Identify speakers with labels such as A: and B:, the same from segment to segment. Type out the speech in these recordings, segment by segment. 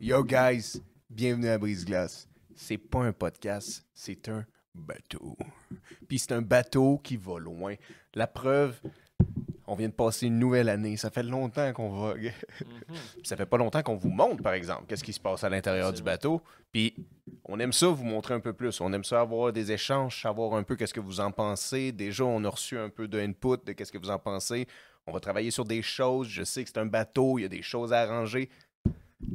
A: Yo guys, bienvenue à Brise-Glace. C'est pas un podcast, c'est un bateau. Puis c'est un bateau qui va loin. La preuve, on vient de passer une nouvelle année. Ça fait longtemps qu'on vogue. Puis ça fait pas longtemps qu'on vous montre, par exemple, qu'est-ce qui se passe à l'intérieur du bateau. Puis on aime ça vous montrer un peu plus. On aime ça avoir des échanges, savoir un peu qu'est-ce que vous en pensez. Déjà, on a reçu un peu de input de qu'est-ce que vous en pensez. On va travailler sur des choses. Je sais que c'est un bateau, il y a des choses à arranger.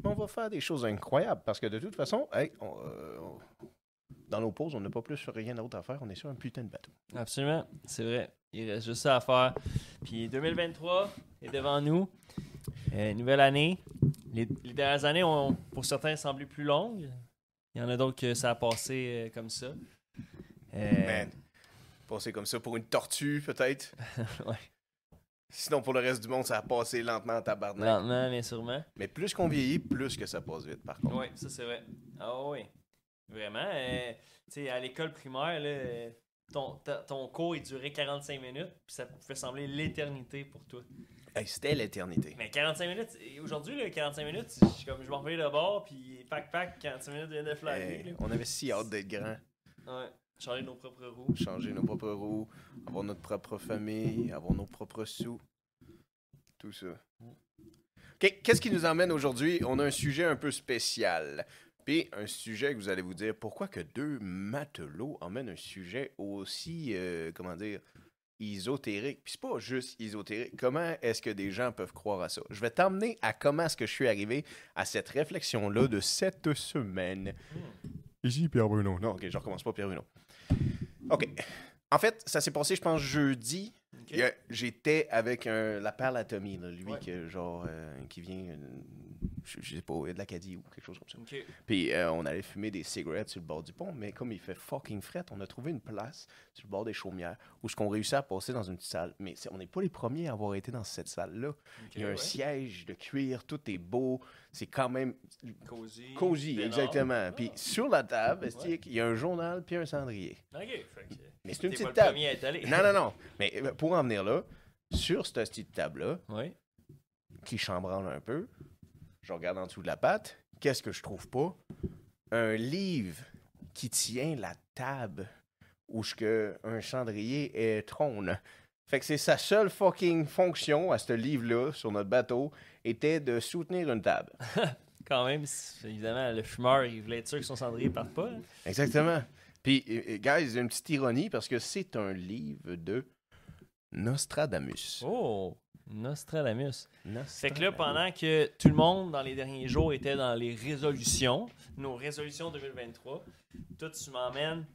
A: Mais on va faire des choses incroyables parce que de toute façon, hey, on- euh, on- dans nos pauses, on n'a pas plus rien d'autre à faire. On est sur un putain de bateau.
B: Absolument, c'est vrai. Il reste juste ça à faire. Puis 2023 est devant nous. Euh, nouvelle année. Les, les dernières années ont, pour certains, semblé plus longues. Il y en a d'autres que ça a passé euh, comme ça. Euh,
A: Man. Passer comme ça pour une tortue, peut-être.
B: ouais,
A: Sinon, pour le reste du monde, ça a passé lentement en tabarnak.
B: lentement, mais sûrement.
A: Mais plus qu'on vieillit, plus que ça passe vite, par contre.
B: Oui, ça c'est vrai. Ah oui. Vraiment. euh, tu sais, à l'école primaire, là, euh, ton, ta- ton cours il durait 45 minutes, puis ça pouvait sembler l'éternité pour toi.
A: Hey, C'était l'éternité.
B: Mais 45 minutes, et aujourd'hui, là, 45 minutes, je, comme, je m'en reviens de bord, puis pack pack, 45 minutes vient de flyer.
A: Hey, on avait si hâte d'être grand,
B: là. Ouais. Changer nos propres roues.
A: changer nos propres roues, avoir notre propre famille, avoir nos propres sous. Tout ça. Ok, Qu'est-ce qui nous emmène aujourd'hui? On a un sujet un peu spécial. Puis un sujet que vous allez vous dire, pourquoi que deux matelots emmènent un sujet aussi, euh, comment dire, ésotérique? Puis c'est pas juste ésotérique. Comment est-ce que des gens peuvent croire à ça? Je vais t'emmener à comment est-ce que je suis arrivé à cette réflexion-là de cette semaine. Ici Pierre Bruno. Non, ok, je recommence pas Pierre Bruno. Ok. En fait, ça s'est passé, je pense, jeudi.
B: Ok.
A: Il y a- J'étais avec un, la perle à Tommy, là, lui
B: Ouais.
A: que, genre, euh, qui vient, euh, je, je sais pas, de l'Acadie ou quelque chose comme ça.
B: Ok.
A: Puis euh, on allait fumer des cigarettes sur le bord du pont, mais comme il fait fucking fret, on a trouvé une place sur le bord des chaumières où ce qu'on réussit à passer dans une petite salle. Mais c'est- on n'est pas les premiers à avoir été dans cette salle-là.
B: ok,
A: il y a un
B: ouais.
A: siège de cuir, tout est beau, c'est quand même
B: Cozy.
A: cosy,
B: Bénard.
A: exactement. Puis
B: Ah.
A: sur la table,
B: Ouais.
A: est-ce qu'il y a- il y a un journal puis un cendrier.
B: Ok. Fait que,
A: Mais c'est une
B: t'es pas
A: petite
B: le
A: table.
B: premier à être allé.
A: Non, non, non. Mais euh, pour en venir là, sur cette petite table-là,
B: Ouais.
A: qui chambranle un peu. Je regarde en dessous de la patte. Qu'est-ce que je trouve pas? Un livre qui tient la table où ce que un chandelier est trône. Fait que c'est sa seule fucking fonction à ce livre-là, sur notre bateau, était de soutenir une table.
B: Quand même, c'est- évidemment, le fumeur, il voulait être sûr que son cendrier parte pas. hein. là.
A: Exactement. Puis, euh, euh, guys, une petite ironie, parce que c'est un livre de Nostradamus.
B: Oh! Nostradamus.
A: Nostradamus.
B: Fait que là, pendant que tout le monde, dans les derniers jours, était dans les résolutions, nos résolutions 2023, toi, tu m'emmènes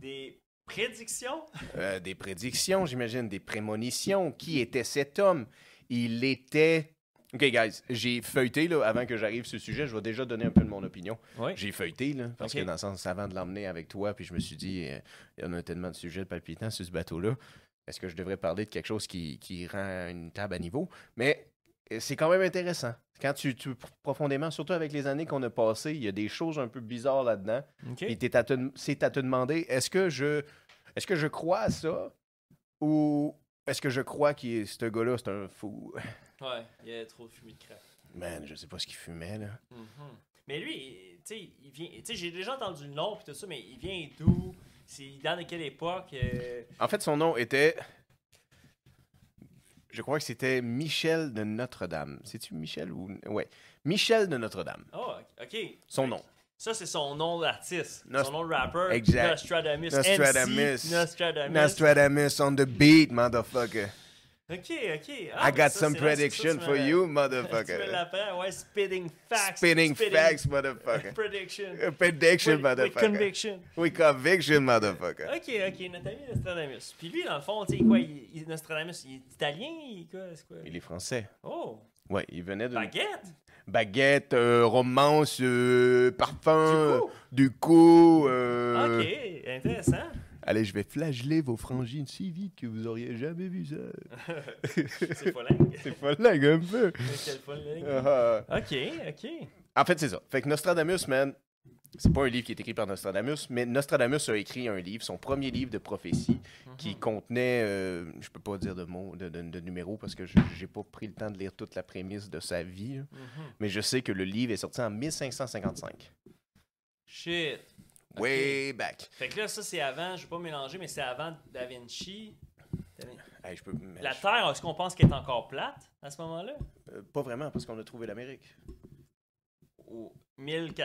B: des prédictions.
A: Euh, des prédictions, j'imagine, des prémonitions. Qui était cet homme? Il était... OK, guys, j'ai feuilleté, là, avant que j'arrive sur ce sujet, je vais déjà donner un peu de mon opinion.
B: Oui.
A: J'ai feuilleté, là, parce
B: OK.
A: que dans le sens, avant de l'emmener avec toi, puis je me suis dit, euh, il y en a tellement de sujets palpitants sur ce bateau-là, est-ce que je devrais parler de quelque chose qui, qui rend une table à niveau? Mais euh, c'est quand même intéressant. Quand tu, tu profondément, surtout avec les années qu'on a passées, il y a des choses un peu bizarres là-dedans.
B: OK.
A: Et t'es à te- c'est à te demander, est-ce que je est-ce que je crois à ça ou est-ce que je crois que ce gars-là, c'est un fou?
B: Ouais, il y a trop de fumée de crack.
A: Man, je sais pas ce qu'il fumait, là.
B: Mhm. Mais lui, tu sais, il vient. Tu sais, j'ai déjà entendu le nom et tout ça, mais il vient d'où? C'est dans de quelle époque? euh,
A: En fait, son nom était... Je crois que c'était Michel de Notre-Dame. C'est-tu Michel ou... Ouais. Michel de Notre-Dame.
B: Oh, OK.
A: Son nom.
B: Ça, c'est son nom d'artiste.
A: Nos-
B: Son nom de rapper.
A: Exact.
B: Nostradamus.
A: Nostradamus.
B: MC, Nostradamus.
A: Nostradamus on the beat, motherfucker.
B: OK, OK. Ah,
A: I
B: ben
A: got some
B: ça, c'est nice, ça,
A: prediction
B: tu me
A: for
B: l'as-
A: you,
B: Tu me
A: motherfucker.
B: l'apprends, ouais, spitting facts.
A: Spinning facts, motherfucker.
B: Prediction.
A: Prediction,
B: With- with
A: motherfucker.
B: conviction.
A: We conviction, motherfucker.
B: Ok, ok, notre ami Nostradamus. Puis lui, dans le fond, tu sais quoi, il, il- Nostradamus, il est italien, il, quoi, c'est quoi?
A: Il est français.
B: Oh,
A: Ouais, il venait d'une
B: baguette!
A: baguette, euh, romance, euh, parfum,
B: Du
A: euh,
B: coup.
A: du coup. euh,
B: Ok, intéressant.
A: Allez, je vais flageller vos frangines si vite que vous auriez jamais vu ça.
B: c'est pas lingue.
A: C'est pas là un peu.
B: Quelle folle lingue.
A: Ah, ah.
B: Ok, ok.
A: en fait, c'est ça. Fait que Nostradamus, man, c'est pas un livre qui est écrit par Nostradamus, mais Nostradamus a écrit un livre, son premier livre de prophétie, qui
B: Mhm.
A: contenait, euh, je peux pas dire de mots, de, de, de numéros, parce que je- j'ai pas pris le temps de lire toute la prémisse de sa vie, là.
B: Mm. Mhm.
A: mais je sais que le livre est sorti en 1555.
B: Shit. Ok.
A: Way back.
B: Fait que là, ça, c'est avant, je vais pas mélanger, mais c'est avant Da Vinci. Da Vin-
A: Hey, je peux, mais
B: La
A: Ben, je-
B: Terre, est-ce qu'on pense qu'elle est encore plate à ce moment-là?
A: euh, pas vraiment, parce qu'on a trouvé l'Amérique.
B: Au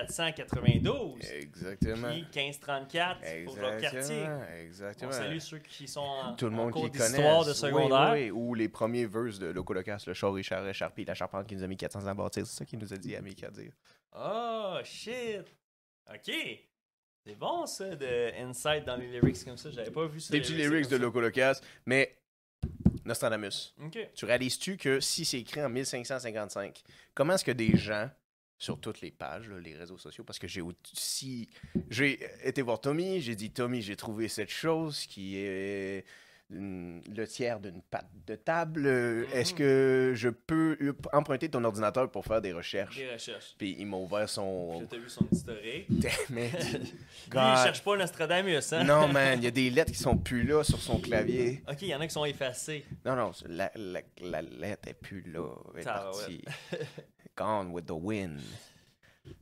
B: 1492, puis
A: Exactement.
B: 1534 pour leur quartier.
A: Exactement.
B: On
A: Exactement.
B: salue ceux qui sont en,
A: Tout le
B: en
A: monde
B: cours
A: qui
B: d'histoire
A: connaît.
B: de secondaire.
A: Oui, oui, Ou les premiers verses de Locolocas, le char et charret, Charpie, la charpente qui nous a mis 400 ans à bâtir. C'est ça qu'il nous a dit, Amérique à dire.
B: Oh, shit! OK! C'est bon, ça, de Insight dans les lyrics comme ça. J'avais pas vu ça.
A: Des petits
B: les
A: lyrics de
B: comme
A: Locolocas, mais Nostradamus.
B: ça. OK.
A: Tu réalises-tu que si c'est écrit en 1555, comment est-ce que des gens sur toutes les pages, là, les réseaux sociaux, parce que j'ai aussi... J'ai été voir Tommy, j'ai dit, Tommy, j'ai trouvé cette chose qui est une- le tiers d'une patte de table. Euh,
B: Mhm.
A: Est-ce que je peux emprunter ton ordinateur pour faire des recherches?
B: Des recherches.
A: Puis il m'a ouvert
B: Là,
A: son...
B: t'as vu son historique.
A: Mais-
B: Lui, il cherche pas Nostradamus, hein?
A: non, man, il y a des lettres qui sont plus là sur son clavier.
B: OK, il y en a qui sont effacés.
A: Non, non, c'est- la, la, la lettre est plus là. Elle est
B: Tabarouette.
A: partie. Gone with the wind.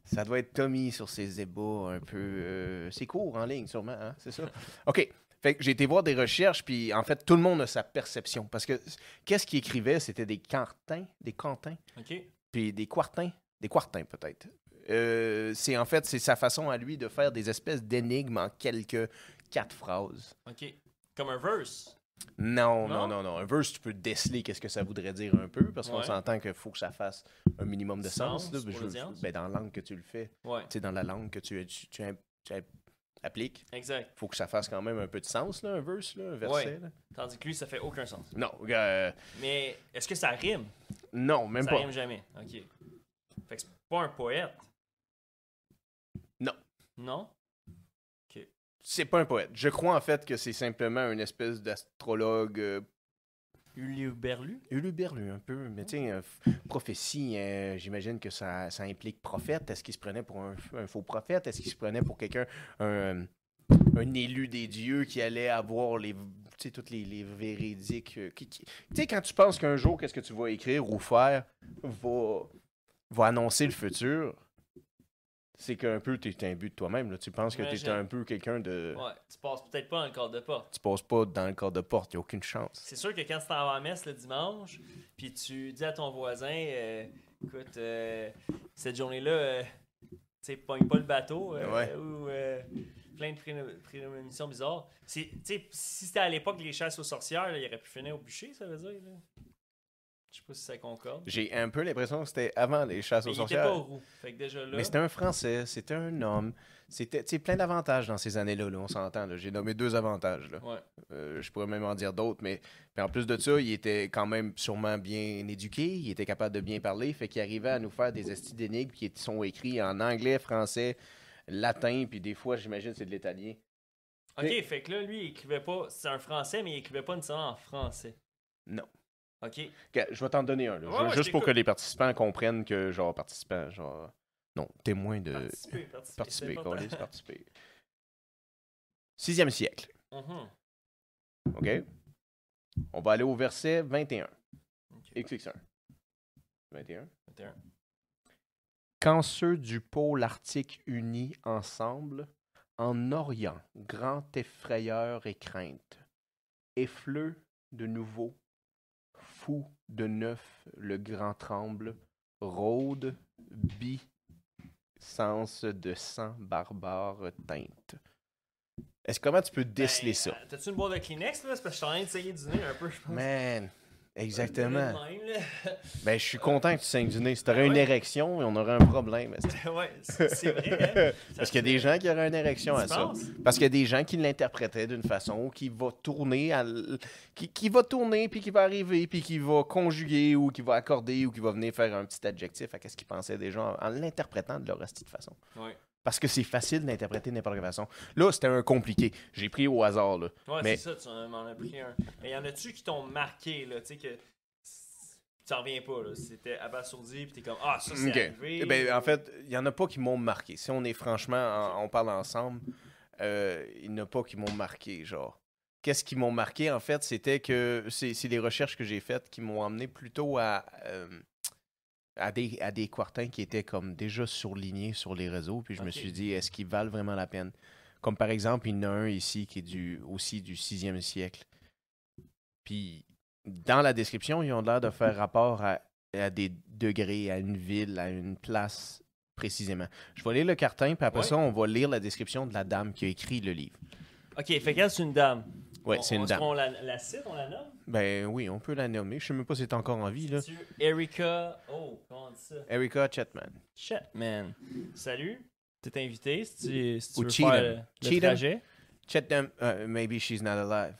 A: Ça doit être Tommy sur ses ébats un peu. euh, c'est court en ligne, sûrement, hein? c'est ça? OK. Fait que j'ai été voir des recherches, puis en fait, tout le monde a sa perception. Parce que qu'est-ce qu'il écrivait? C'était des cantins, des cantins,
B: OK?
A: puis des quartins, des quartins peut-être. Euh, c'est en fait, c'est sa façon à lui de faire des espèces d'énigmes en quelques quatre phrases.
B: OK. Comme un verse.
A: Non, non,
B: Non?
A: non, non. Un verse, tu peux déceler qu'est-ce que ça voudrait dire un peu, parce qu'on
B: Ouais.
A: s'entend qu'il faut que ça fasse un minimum de sens.
B: Sens
A: là,
B: pour
A: je-
B: l'audience.
A: ben, dans la langue que tu le fais,
B: Ouais,
A: tu sais, dans la langue que tu, tu, tu, tu appliques,
B: exact.
A: faut que ça fasse quand même un peu de sens, là, un verse, là, un verset. là.
B: Tandis que lui, ça fait aucun sens.
A: Non, euh,
B: Mais est-ce que ça rime?
A: non, même
B: ça
A: pas.
B: rime jamais. OK. Fait que c'est pas un poète.
A: Non.
B: Non?
A: C'est pas un poète. Je crois en fait que c'est simplement une espèce d'astrologue euh,
B: Ulu Berlu?
A: Huluberlu un peu, mais tu sais, euh, f- prophétie, euh, j'imagine que ça, ça implique prophète. Est-ce qu'il se prenait pour un, f- un faux prophète? Est-ce qu'il se prenait pour quelqu'un, un, un élu des dieux qui allait avoir les, tu sais, toutes les, les véridiques? euh, qui- qui- Tu sais, quand tu penses qu'un jour, qu'est-ce que tu vas écrire ou faire va, va annoncer le futur, c'est qu'un peu, tu es un but de toi-même. là. Tu penses que tu es
B: J'imagine.
A: un peu quelqu'un de...
B: Ouais, tu passes peut-être pas dans le cadre de porte.
A: Tu passes pas dans le corps de porte, il n'y a aucune chance.
B: C'est sûr que quand tu t'en vas à messe le dimanche, puis tu dis à ton voisin, euh, écoute, euh, cette journée-là, euh, tu sais, pogne pas le bateau, euh,
A: Ouais.
B: ou euh, plein de préno- prénominations bizarres. C'est- tu sais, si c'était à l'époque les chasses aux sorcières, là, il aurait pu finir au bûcher, ça veut dire. là. Je sais pas si ça concorde.
A: J'ai un peu l'impression que c'était avant les chasses
B: Mais
A: aux
B: il était pas
A: sorcières.
B: roux. Fait que déjà là,
A: Mais c'était un Français, c'était un homme. C'était tu sais, plein d'avantages dans ces années-là, là, on s'entend. là. J'ai nommé deux avantages. là.
B: ouais.
A: Euh, je pourrais même en dire d'autres, mais, mais en plus de ça, il était quand même sûrement bien éduqué, il était capable de bien parler, fait qu'il arrivait à nous faire des estis d'énigmes qui sont écrits en anglais, français, latin, puis des fois, j'imagine, c'est de l'italien.
B: Ok,
A: Mais-
B: fait que là, lui, il écrivait pas. C'est un français, mais il écrivait pas nécessairement en français.
A: Non.
B: Ok.
A: Ok, je vais t'en donner un, là,
B: Ouais,
A: ju-
B: ouais, je
A: juste pour que
B: t'écoute.
A: les participants comprennent que, genre, participants, genre, non, témoin de...
B: Participer, participer.
A: Participer,
B: c'est important.
A: qu'on participer. Sixième siècle.
B: Mhm.
A: OK? On va aller au verset 21.
B: Ok.
A: XX1. 21.
B: 21.
A: Quand ceux du pôle arctique unis ensemble, en Orient, grand effrayeur et crainte, effleux de nouveau, fou de neuf, le grand tremble, rôde, bi, sens de sang barbare teinte. Est-ce comment tu peux déceler
B: Ben,
A: ça?
B: euh, T'as-tu une boîte de Kleenex, là? C'est parce que je suis en train d'essayer du nez un peu, je pense.
A: Man,
B: Même,
A: exactement.
B: là.
A: Ben, je suis content que tu saignes du nez. Si t'aurais une
B: Ouais.
A: érection, on aurait un problème. est-ce que-
B: ouais, c'est c'est vrai. hein? Ça
A: Parce qu'il y a
B: se-
A: des gens qui auraient une érection
B: Tu
A: à ça.
B: penses?
A: Parce qu'il y a des gens qui l'interprétaient d'une façon qui va tourner, à l- qui, qui va tourner, puis qui va arriver, puis qui va conjuguer, ou qui va accorder, ou qui va venir faire un petit adjectif à qu'est-ce qu'ils pensaient des gens en l'interprétant de leur hostie de façon.
B: Ouais.
A: Parce que c'est facile d'interpréter de n'importe quelle façon. Là, c'était un compliqué. J'ai pris au hasard, là.
B: Ouais,
A: Mais-
B: c'est ça, tu en- m'en as pris un. Mais y en a-tu qui t'ont marqué, là? Tu sais, que. Tu t'en reviens pas. là. C'était abasourdi, puis t'es comme, ah, ça, c'est
A: Ok.
B: arrivé.
A: Eh ben, en fait, il n'y en a pas qui m'ont marqué. Si on est franchement, en- on parle ensemble, euh, il n'y en a pas qui m'ont marqué, genre. Qu'est-ce qui m'ont marqué, en fait, c'était que c'est c'est des recherches que j'ai faites qui m'ont amené plutôt à, euh, à, des, à des quartins qui étaient comme déjà surlignés sur les réseaux. Puis je me
B: Ok.
A: suis dit, est-ce qu'ils valent vraiment la peine? Comme par exemple, il y en a un ici qui est du, aussi du 6e siècle. Puis dans la description, ils ont l'air de faire rapport à, à des degrés, à une ville, à une place précisément. Je vais lire le cartin, puis après
B: Ouais.
A: ça, on va lire la description de la dame qui a écrit le livre.
B: Ok, fait qu'elle, c'est une dame.
A: Ouais,
B: On-
A: c'est une
B: est-ce
A: dame.
B: qu'on la, la cite, on la nomme
A: Ben oui, on peut la nommer. Je sais même pas si elle est encore en vie, là.
B: Tu- Erika. Oh, comment on dit ça
A: Erika Chatman.
B: Chatman. Salut. T'es invité si tu, si tu
A: Ou
B: veux
A: Cheatham.
B: faire le- le,
A: Cheatham.
B: trajet.
A: Chatman, euh, maybe she's not alive.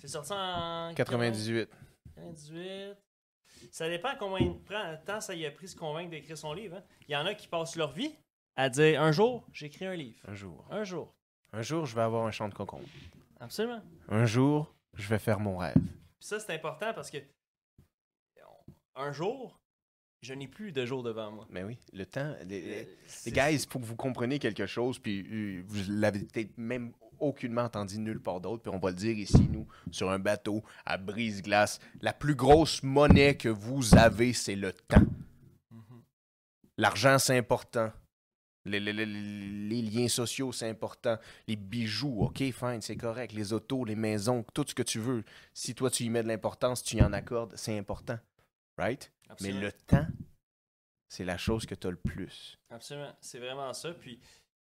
B: C'est sorti en
A: 98.
B: 98. Ça dépend combien il prend, de temps ça y a pris se convaincre d'écrire son livre. hein. Il y en a qui passent leur vie à dire un jour, j'écris un livre.
A: Un jour.
B: Un jour.
A: Un jour, je vais avoir un champ de cocon.
B: Absolument.
A: Un jour, je vais faire mon rêve.
B: Puis ça, c'est important parce que un jour, je n'ai plus de jour devant moi.
A: Mais Ben oui, le temps. les- les-
B: Euh, c'est-
A: Les guys, pour que vous compreniez quelque chose, puis euh, vous l'avez peut-être même aucunement entendu nulle part d'autre, puis on va le dire ici, nous, sur un bateau à brise-glace, la plus grosse monnaie que vous avez, c'est le temps.
B: Mhm.
A: L'argent, c'est important. Les, les- les- les liens sociaux, c'est important. Les bijoux, OK, fine, c'est correct. Les autos, les maisons, tout ce que tu veux. Si toi, tu y mets de l'importance, tu y en accordes, c'est important. Right? Mais
B: Absolument.
A: le temps, c'est la chose que tu as le plus.
B: Absolument, c'est vraiment ça. Puis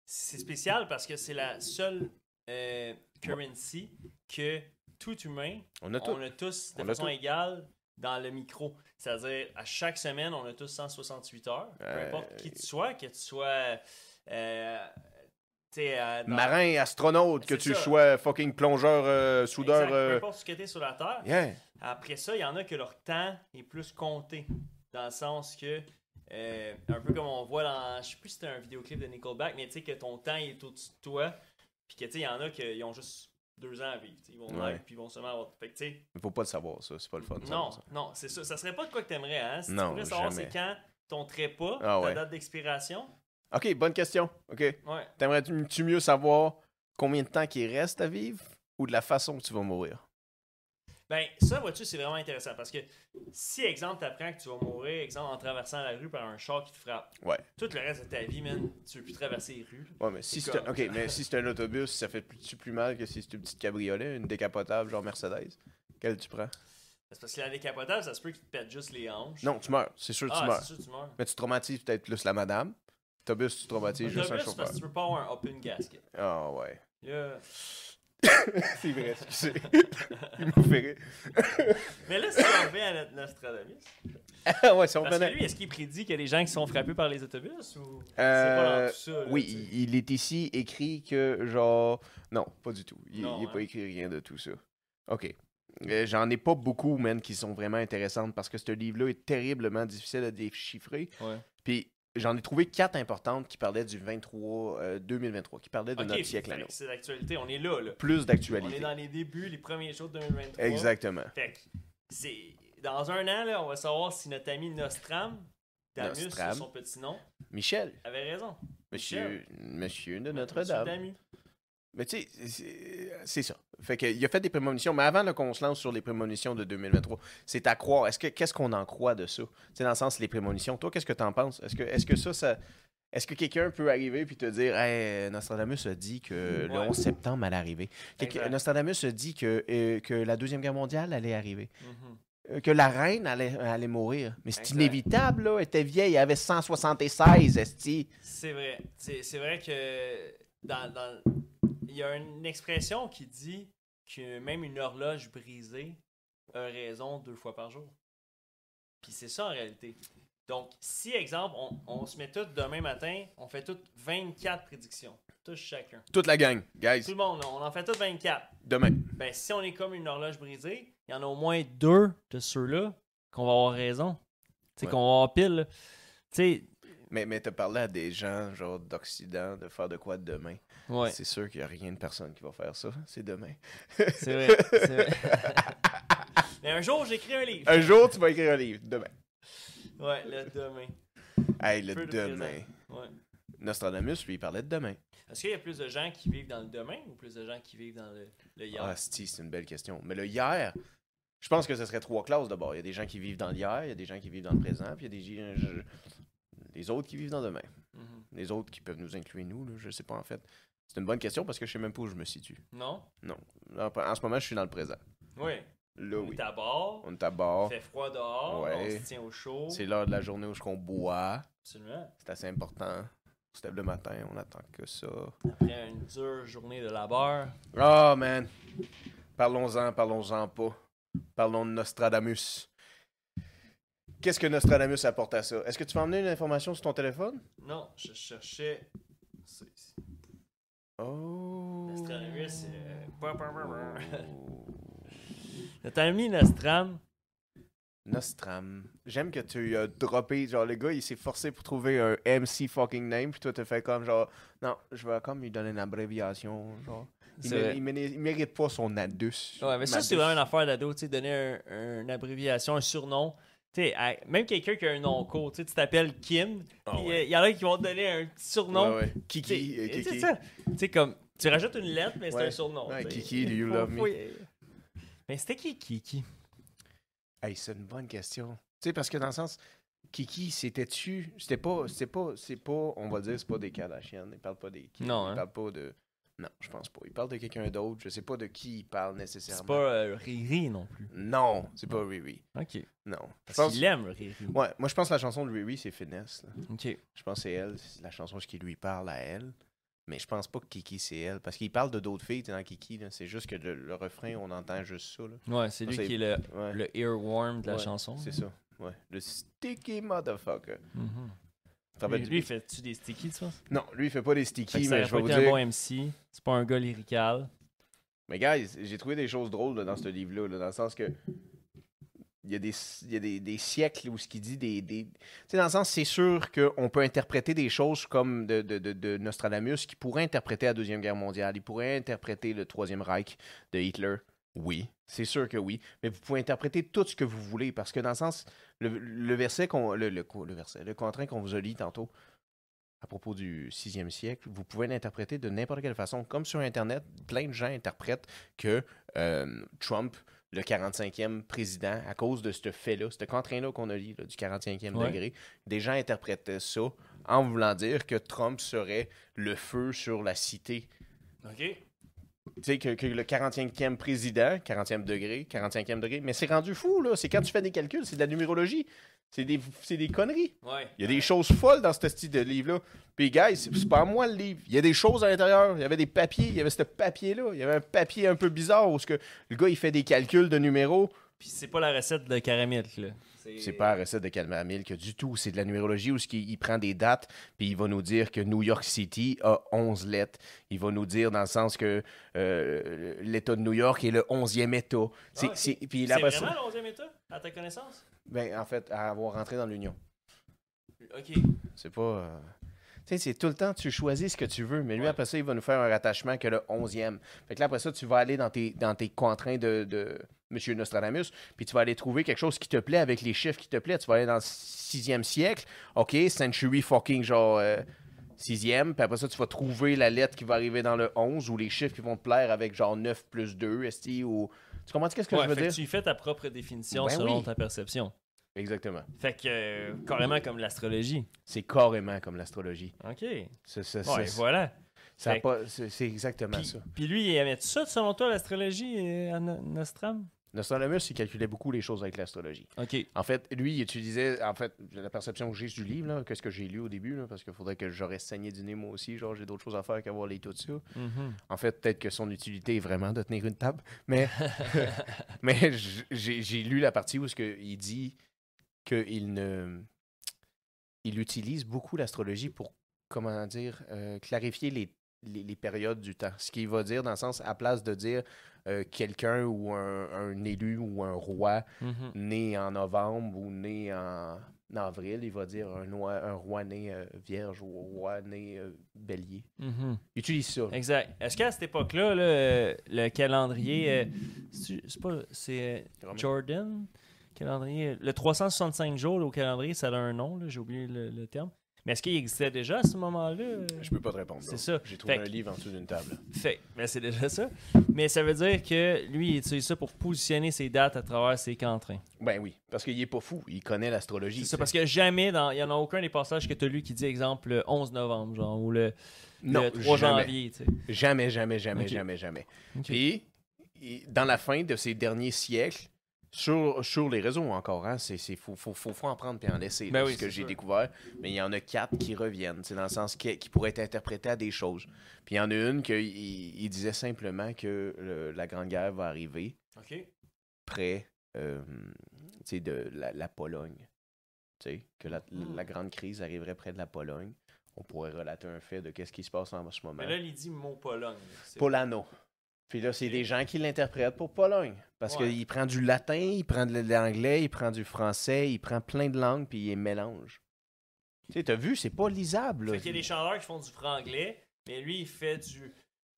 B: c'est spécial parce que c'est la seule euh, currency que tout humain,
A: On a tout.
B: on a tous de
A: On a
B: façon
A: tout.
B: égale dans le micro. C'est-à-dire, à chaque semaine, on a tous 168 heures. Peu
A: Euh,
B: importe qui tu sois, que tu sois. euh, tu sais, euh, dans-
A: marin, astronaute, que
B: C'est
A: tu
B: ça.
A: sois fucking plongeur, euh,
B: Exact,
A: soudeur.
B: Peu
A: euh,
B: importe ce que tu sur la Terre.
A: Yeah.
B: Après ça, il y en a que leur temps est plus compté. Dans le sens que, euh, un peu comme on voit dans. Je sais plus si c'était un vidéoclip de Nickelback, mais tu sais que ton temps il est au-dessus de toi. Puis que tu sais, il y en a qui ont juste deux ans à vivre. tu sais, Ils vont
A: Ouais.
B: naître, puis ils vont seulement avoir. Fait que tu sais,
A: Faut pas le savoir, ça. C'est pas le fun. de
B: non,
A: savoir ça.
B: non, c'est ça. Ça serait pas de quoi que t'aimerais, hein? Si
A: Non,
B: tu pourrais savoir,
A: jamais.
B: c'est quand ton trépas,
A: Ah
B: ta
A: ouais.
B: date d'expiration.
A: Ok, bonne question. Ok.
B: Ouais.
A: T'aimerais-tu mieux savoir combien de temps qu'il reste à vivre ou de la façon que tu vas mourir?
B: Ben, ça, vois-tu, c'est vraiment intéressant parce que si, exemple, t'apprends que tu vas mourir, exemple, en traversant la rue par un char qui te frappe,
A: Ouais.
B: tout le reste de ta vie, man, tu veux plus traverser les rues. là.
A: Ouais, mais si
B: C'est
A: c'est un...
B: comme-
A: ok, mais si c'est un autobus, ça fait plus, plus mal que si c'est une petite cabriolet, une décapotable genre Mercedes? Quelle tu prends?
B: C'est parce que la décapotable, ça se peut qu'il te pète juste les hanches.
A: Non, tu meurs. C'est sûr que
B: ah,
A: tu meurs.
B: c'est sûr, tu meurs.
A: Mais tu traumatises peut-être plus la madame. Autobus, tu traumatises juste un
B: Autobus, c'est parce
A: chauffeur.
B: que tu peux pas avoir un open gasket.
A: Ah ouais.
B: Là-
A: C'est vrai, excusez. Il m'a fait rire.
B: Mais là, si on revient à notre Nostradamus,
A: Ah ouais, si on
B: parce que
A: venait-
B: lui, est-ce qu'il prédit qu'il y a des gens qui sont frappés par les autobus ou c'est pas
A: Euh,
B: dans tout ça? là,
A: oui,
B: tu sais?
A: il- il est ici écrit que genre non, pas du tout. Il
B: Non,
A: n'est
B: hein.
A: pas écrit rien de tout ça. Ok. Euh, J'en ai pas beaucoup, man, qui sont vraiment intéressantes parce que ce livre-là est terriblement difficile à déchiffrer.
B: Ouais.
A: Puis j'en ai trouvé quatre importantes qui parlaient du 23 euh, 2023, qui parlaient de
B: Ok,
A: notre siècle à
B: fait
A: nous.
B: que C'est l'actualité, on est là, là.
A: Plus
B: On est
A: d'actualité.
B: dans les débuts, les premiers jours de 2023.
A: Exactement.
B: Fait que c'est dans un an là, on va savoir si notre ami Nostram, Damus,
A: Nostram.
B: c'est son petit nom,
A: Michel,
B: avait raison.
A: monsieur, monsieur de
B: Monsieur
A: Notre-Dame.
B: Damu.
A: Mais tu sais, c'est- c'est ça. Fait que, il a fait des prémonitions, mais avant là, qu'on se lance sur les prémonitions de 2023, c'est à croire. Est-ce que qu'est-ce qu'on en croit de ça C'est dans le sens les prémonitions. Toi, qu'est-ce que t'en penses Est-ce que est-ce que ça, ça est-ce que quelqu'un peut arriver puis te dire hey, Nostradamus a dit que le
B: Ouais.
A: 11 septembre allait arriver. Quelqu'un-
B: Exact.
A: Nostradamus a dit que, euh, que la Deuxième Guerre mondiale allait arriver.
B: Mhm.
A: Euh, Que la reine allait, allait mourir. Mais c'est
B: Exact.
A: inévitable, là. Elle était vieille, elle avait 176, Esti.
B: C'est vrai. C'est c'est vrai que dans, dans- il y a une expression qui dit que même une horloge brisée a raison deux fois par jour. Puis c'est ça en réalité. Donc, si, exemple, on, on se met tous demain matin, on fait toutes 24 prédictions. Tous chacun.
A: Toute la gang,
B: Tout
A: guys,
B: le monde, là, on en fait toutes 24.
A: demain.
B: Ben, si on est comme une horloge brisée, il y en a au moins deux de ceux-là qu'on va avoir raison. Tu sais,
A: Ouais.
B: qu'on va avoir pile. là. Tu sais,
A: Mais, mais t'as parlé à des gens, genre d'Occident, de faire de quoi demain.
B: ouais,
A: C'est sûr qu'il n'y a rien de personne qui va faire ça. C'est demain.
B: c'est vrai. c'est vrai. Mais un jour, j'écris un livre.
A: Un jour, tu vas écrire un livre. Demain.
B: Ouais, le demain.
A: Hey, le
B: Peu de
A: demain.
B: Ouais.
A: Nostradamus, lui, il parlait de demain.
B: Est-ce qu'il y a plus de gens qui vivent dans le demain ou plus de gens qui vivent dans le, le hier?
A: Ah, si, c'est une belle question. Mais le hier, je pense que ce serait trois classes d'abord. Il y a des gens qui vivent dans l'hier, il y a des gens qui vivent dans le présent, puis il y a des gens. Les autres qui vivent dans demain.
B: Mhm.
A: Les autres qui peuvent nous inclure, nous, là, je sais pas en fait. C'est une bonne question parce que je sais même pas où je me situe.
B: Non?
A: En en ce moment, je suis dans le présent.
B: Oui.
A: Là,
B: On
A: Euh, oui.
B: est à bord,
A: On est à bord.
B: il fait froid dehors,
A: Ouais.
B: on se tient au chaud.
A: C'est l'heure de la journée où on boit.
B: Absolument.
A: C'est assez important. On se lève le matin, on attend que ça.
B: Après une dure journée de labeur.
A: Ah, man. Parlons-en, parlons-en pas. Parlons de Nostradamus. Qu'est-ce que Nostradamus apporte à ça? Est-ce que tu peux emmener une information sur ton téléphone?
B: Non, je cherchais... c'est- c'est-
A: Oh.
B: Nostradamus, c'est... euh, bah, bah, bah, bah.
A: Oh.
B: Notre ami Nostram,
A: Nostram. J'aime que tu as droppé, genre le gars, il s'est forcé pour trouver un MC fucking name, puis toi t'as fait comme genre, non, je vais comme lui donner une abréviation, genre. Il,
B: c'est
A: mé-
B: vrai.
A: il mé- il mérite pas son adus.
B: Ouais, mais ça, c'est vraiment une affaire d'ado, tu sais, donner un- un- une abréviation, un surnom. Tu sais, à- même quelqu'un qui a un nom court, tu sais, tu t'appelles Kim,
A: Ah
B: puis il
A: ouais.
B: y en a qui vont te donner un petit surnom.
A: Ouais, ouais.
B: Tu sais,
A: Kiki, euh,
B: tu sais
A: Kiki.
B: ça, tu sais, comme, tu rajoutes une lettre, mais c'est
A: Ouais.
B: un surnom.
A: Ouais,
B: tu sais.
A: Kiki, do you
B: Faut-
A: love me?
B: faut y- Mais c'était qui Kiki?
A: Hey, c'est une bonne question. Tu sais, parce que dans le sens, Kiki, c'était-tu. C'était pas. C'était pas. C'est pas. On va dire, c'est pas des Kardashian. Ils parlent pas des Kiki.
B: Non, hein?
A: Ils parlent pas de. Non, je pense pas. Ils parlent de quelqu'un d'autre. Je sais pas de qui ils parlent nécessairement.
B: C'est pas euh, Riri non plus.
A: Non, c'est pas Riri.
B: OK.
A: Non. Je
B: Parce
A: pense.
B: qu'il aime Riri.
A: Ouais, moi, je pense que la chanson de Riri, c'est Finesse. là.
B: OK.
A: Je pense que c'est elle. c'est la chanson qui lui parle à elle. Mais je pense pas que Kiki, c'est elle. Parce qu'il parle de d'autres filles dans Kiki. là. C'est juste que le, le refrain, on entend juste ça. Là.
B: Ouais, c'est lui
A: Ça,
B: qui est le,
A: Ouais.
B: le earworm de la
A: Ouais,
B: chanson.
A: C'est ça. Ouais. Le sticky motherfucker.
B: Mhm.
A: Tu te rappelles
B: Lui,
A: du-
B: lui, fais-tu des stickies, tu penses?
A: Non, lui, il fait pas des
B: Fait
A: stickies,
B: que ça
A: mais
B: aurait
A: je vais
B: pas
A: vous
B: été
A: dire.
B: un bon MC. C'est pas un gars lyrical.
A: Mais, guys, j'ai trouvé des choses drôles là, dans ce livre-là, là, dans le sens que. Il y a des, il y a des, des siècles où ce qu'il dit des. des... Tu sais, dans le sens, c'est sûr qu'on peut interpréter des choses comme de, de, de, de Nostradamus qui pourrait interpréter la Deuxième Guerre mondiale, il pourrait interpréter le Troisième Reich de Hitler. Oui, c'est sûr que oui. Mais vous pouvez interpréter tout ce que vous voulez parce que dans le sens, le, le verset qu'on. Le, le, co- le verset, le contraint qu'on vous a lu tantôt à propos du 6e siècle, vous pouvez l'interpréter de n'importe quelle façon. Comme sur Internet, plein de gens interprètent que euh, Trump, le 45e président, à cause de ce fait-là, ce contraint-là qu'on a lu là, du 45e
B: Ouais.
A: degré, des gens interprétaient ça en voulant dire que Trump serait le feu sur la cité
B: OK.
A: tu sais, que, que le 45e président, 40e degré, 45e degré, mais c'est rendu fou, là. C'est quand tu fais des calculs, c'est de la numérologie. C'est des, c'est des conneries.
B: Ouais.
A: Il y a des choses folles dans ce style de livre-là. Puis, guys, c'est c'est pas à moi le livre. Il y a des choses à l'intérieur. Il y avait des papiers. Il y avait ce papier-là. Il y avait un papier un peu bizarre où ce que le gars, il fait des calculs de numéros.
B: Puis c'est pas la recette de caramel, là.
A: C'est pas la recette de Calmamil que du tout. C'est de la numérologie où ce qu'il- il prend des dates, puis il va nous dire que New York City a 11 lettres. Il va nous dire dans le sens que euh, l'État de New York est le 11e État. C'est,
B: Ah, ok.
A: c'est- puis
B: C'est
A: là, après ça-
B: vraiment l'onzième état, à ta connaissance?
A: ben, en fait, à avoir rentré dans l'Union.
B: OK.
A: C'est pas... euh, Tu sais, c'est tout le temps, tu choisis ce que tu veux, mais lui,
B: Ouais.
A: après ça, il va nous faire un rattachement que le 11e. Fait que là, après ça, tu vas aller dans tes, dans tes contraintes de, de M. Nostradamus, puis tu vas aller trouver quelque chose qui te plaît avec les chiffres qui te plaît. Tu vas aller dans le 6e siècle, OK, century fucking genre... euh, Sixième, puis après ça, tu vas trouver la lettre qui va arriver dans le 11 ou les chiffres qui vont te plaire avec genre 9 plus 2, ST ou. Tu comprends qu'est-ce que
B: Ouais,
A: je veux
B: fait que
A: dire?
B: tu y fais ta propre définition
A: Ben
B: selon
A: oui.
B: ta perception.
A: Exactement.
B: Fait que, euh, carrément comme l'astrologie.
A: C'est carrément comme l'astrologie.
B: OK.
A: C'est- c'est-
B: Ouais,
A: c'est-
B: voilà.
A: ça a
B: Fait-
A: pas- C'est c'est exactement
B: Puis,
A: ça.
B: puis lui, il aimait ça, selon toi, l'astrologie, euh, à No- Nostram?
A: Nostradamus, il calculait beaucoup les choses avec l'astrologie.
B: OK.
A: En fait, lui, il utilisait, en fait, la perception que j'ai du livre, là, que ce que j'ai lu au début, là, parce qu'il faudrait que j'aurais saigné du nez moi aussi, genre j'ai d'autres choses à faire qu'avoir les tout ça.
B: Mhm.
A: En fait, peut-être que son utilité est vraiment de tenir une table, mais, mais j- j'ai j'ai lu la partie où ce que il dit qu'il ne... Il utilise beaucoup l'astrologie pour, comment dire, euh, clarifier les, les, les périodes du temps. Ce qu'il va dire dans le sens, à place de dire euh, quelqu'un ou un, un élu ou un roi
B: Mhm.
A: né en novembre ou né en avril, il va dire un, roi- un roi né euh, vierge ou un roi né euh, bélier.
B: Mhm.
A: Il utilise ça. là.
B: Exact. Est-ce qu'à cette époque-là, là, euh, le calendrier, euh, c'est c'est pas, c'est euh,
A: Romain.
B: Jordan calendrier. Le 365 jours là, au calendrier, ça a un nom, là, j'ai oublié le, le terme. Mais est-ce qu'il existait déjà à ce moment-là?
A: Je peux pas te répondre.
B: C'est
A: non.
B: ça.
A: J'ai trouvé
B: Fait
A: un
B: que-
A: livre en dessous d'une table.
B: Fait, ben, c'est déjà ça. Mais ça veut dire que lui, il utilise ça pour positionner ses dates à travers ses cantrins.
A: Ben oui, parce qu'il est pas fou. Il connaît l'astrologie.
B: C'est ça, parce que jamais, dans- il n'y en a aucun des passages que tu as lu qui dit, exemple, le 11 novembre, genre, ou le,
A: non,
B: le 3
A: jamais.
B: janvier, tu sais.
A: Jamais, jamais, jamais,
B: Ok.
A: jamais, jamais.
B: Ok.
A: Puis, il- dans la fin de ces derniers siècles, sur, sur les réseaux encore, hein, c'est, c'est- faut, faut, faut, faut en prendre et en laisser,
B: Ben
A: là,
B: oui,
A: ce que
B: c'est
A: j'ai
B: sûr.
A: découvert. Mais il y en a quatre qui reviennent, c'est dans le sens qui, qui pourraient être interprétées à des choses. Puis il y en a une qui il, il disait simplement que le- la Grande Guerre va arriver près euh, tu sais, de la, la Pologne. Tu sais, que la,
B: Hmm.
A: la Grande Crise arriverait près de la Pologne. On pourrait relater un fait de qu'est-ce qui se passe en ce moment.
B: Mais là, il dit mot Pologne. C'est-
A: Polano. Puis là, c'est des gens qui l'interprètent pour Pologne. Parce
B: Ouais.
A: qu'il prend du latin, il prend de l'anglais, il prend du français, il prend plein de langues, puis il les mélange. Tu sais, t'as vu, c'est pas lisable. là.
B: Fait qu'il y a des chanteurs qui font du franglais, mais lui, il fait du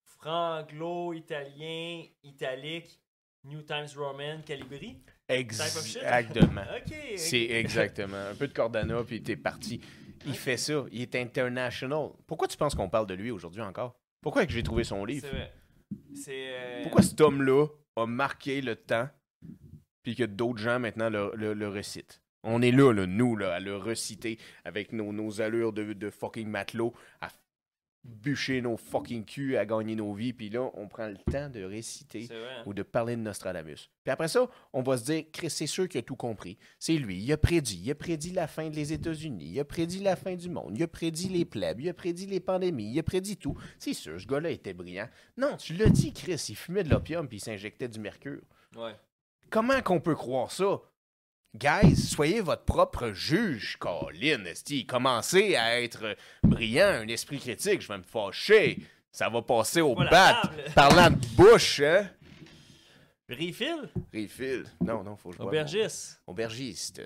B: franglo, italien, italique, New Times Roman, Calibri.
A: Exactement.
B: Ok. ok.
A: C'est exactement. Un peu de Cordana, puis t'es parti. Il fait ça. Il est international. Pourquoi tu penses qu'on parle de lui aujourd'hui encore? Pourquoi que j'ai trouvé son livre?
B: C'est vrai. C'est. euh,
A: Pourquoi cet homme-là a marqué le temps puis que d'autres gens maintenant le, le- le recitent? On est là, là, nous, là, à le reciter avec nos, nos allures de, de fucking matelot, à bûcher nos fucking culs, à gagner nos vies, puis là, on prend le temps de réciter
B: C'est vrai. hein.
A: ou de parler de Nostradamus. Puis après ça, on va se dire, Chris, c'est sûr qu'il a tout compris. C'est lui, il a prédit. Il a prédit la fin des États-Unis, il a prédit la fin du monde, il a prédit les plèbes, il a prédit les pandémies, il a prédit tout. C'est sûr, ce gars-là était brillant. Non, tu l'as dit, Chris, il fumait de l'opium puis il s'injectait du mercure.
B: hein. Ouais.
A: Comment qu'on peut croire ça? Guys, soyez votre propre juge, Colin, esti. Commencez à être brillant, un esprit critique, je vais me fâcher. Ça va passer au
B: Voilà,
A: bat.
B: table.
A: Parlant de bouche, hein?
B: Refill,
A: Refill. Non, non, faut que je boive mon-
B: aubergiste,
A: Aubergiste.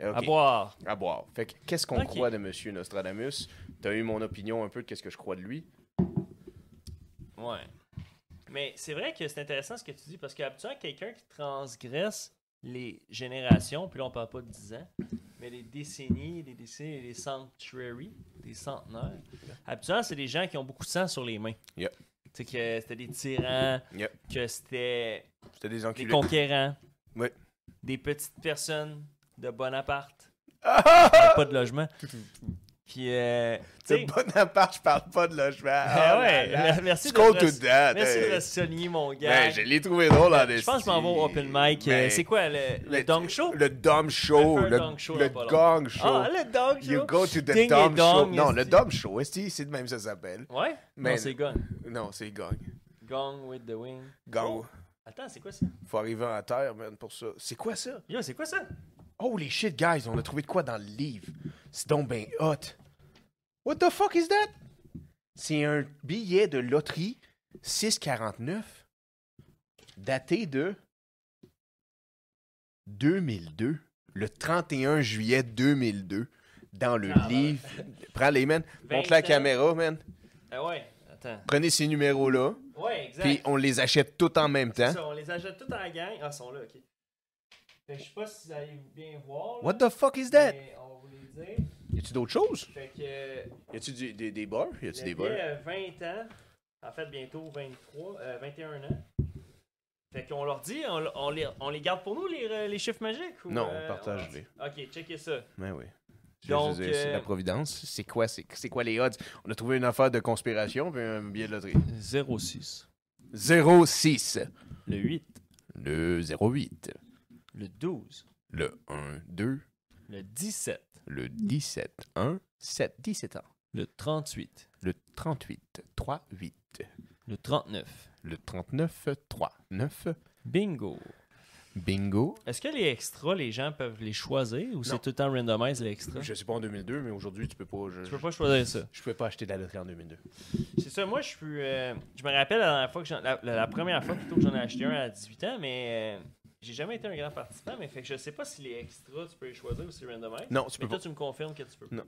A: Ok.
B: à boire.
A: À boire. Fait que, qu'est-ce qu'on
B: Ok.
A: croit de Monsieur Nostradamus? T'as eu mon opinion un peu de qu'est-ce que je crois de lui?
B: Ouais. Mais c'est vrai que c'est intéressant ce que tu dis parce qu'habituellement, quelqu'un qui transgresse les générations, puis là on parle pas de 10 ans, mais des décennies, des décennies, des centuries, des centenaires, habituellement c'est des gens qui ont beaucoup de sang sur les mains.
A: Yep.
B: Tu sais que c'était des tyrans,
A: Yep.
B: que c'était
A: C'était des
B: des
A: enculés.
B: conquérants,
A: Ouais.
B: des petites personnes de Bonaparte,
A: Ah, ah,
B: qui
A: ah!
B: avaient pas de logement. Puis, euh, tu
A: C'est
B: sais,
A: Bonaparte, je parle pas de logement.
B: Ah
A: Oh là
B: ouais,
A: là.
B: merci de
A: Scroll
B: le
A: to
B: res-
A: that,
B: Merci
A: hey.
B: de souligner mon gars.
A: Ben, je l'ai trouvé drôle en
B: Euh, je pense que je m'en vais au open mic.
A: Ben,
B: Euh, c'est quoi le, le
A: le-
B: dong show?
A: Le dom show.
B: Je vais
A: Le,
B: faire un dong show
A: le
B: dans pas
A: gong show.
B: Ah, le dong show.
A: You go to the
B: Ding et
A: dom show.
B: dong,
A: Non, le
B: esti.
A: dom show, esti, c'est de même ça s'appelle.
B: Ouais?
A: Mais-
B: Non, c'est gong.
A: Non, c'est gong.
B: Gong with the wing. Oh.
A: Gong.
B: Attends, c'est quoi ça?
A: Faut arriver en terre, man, pour ça. C'est quoi ça?
B: Yo, c'est quoi ça?
A: Holy shit, guys, on a trouvé de quoi dans le livre. C'est donc ben hot. What the fuck is that? C'est un billet de loterie 649 daté de 2002, le 31 juillet 2002, dans le
B: Ah, bah ouais.
A: livre. Prends-les, man. Montre
B: Vingt
A: la
B: ans.
A: caméra, man.
B: Ah ouais, attends.
A: Prenez ces numéros-là,
B: Ouais, exact.
A: puis hein? on les achète tout en même temps.
B: Ça, on les achète tous en gang. Ah, ils sont là, ok. Fait que je sais pas si vous allez bien voir. là,
A: What the fuck is that?
B: mais on va vous les dire.
A: Y a-tu d'autres choses?
B: Fait que. euh,
A: Y a-tu du- des, des bars? Y a-tu
B: J'avais
A: des bars?
B: euh, 20 ans, en fait bientôt 23, euh, 21 ans. Fait qu'on leur dit, on, on les, on les garde pour nous les, euh, les chiffres magiques? Ou,
A: Non,
B: euh,
A: on partage les.
B: leur dit- Ok, checkez ça.
A: Mais Ben oui. Je-
B: Donc,
A: je veux dire, c'est
B: euh,
A: la providence. C'est quoi, c'est, c'est quoi les odds? On a trouvé une affaire de conspiration puis un billet de loterie.
B: 06,
A: 06,
B: le 8,
A: le 08,
B: le 12,
A: le 1, 2,
B: le 17,
A: le 17, 1, 7, 17 ans,
B: le 38,
A: le 38, 3, 8,
B: le 39.
A: le 39, 3, 9,
B: Bingo.
A: bingo.
B: Est-ce que les extras, les gens peuvent les choisir ou c'est tout le temps randomise les extras?
A: Je sais pas en 2002, mais aujourd'hui, tu peux pas. Je,
B: Tu peux pas choisir ça.
A: je pouvais pas acheter de la loterie en 2002.
B: C'est ça, moi je suis. euh, je me rappelle la dernière fois que j'en- la, la- la première fois plutôt que j'en ai acheté un à 18 ans, mais euh, j'ai jamais été un grand participant, mais fait que je sais pas si les extras tu peux les choisir ou si c'est randomized.
A: Non, tu
B: mais
A: peux
B: toi
A: pas.
B: tu me confirmes que tu peux. pas.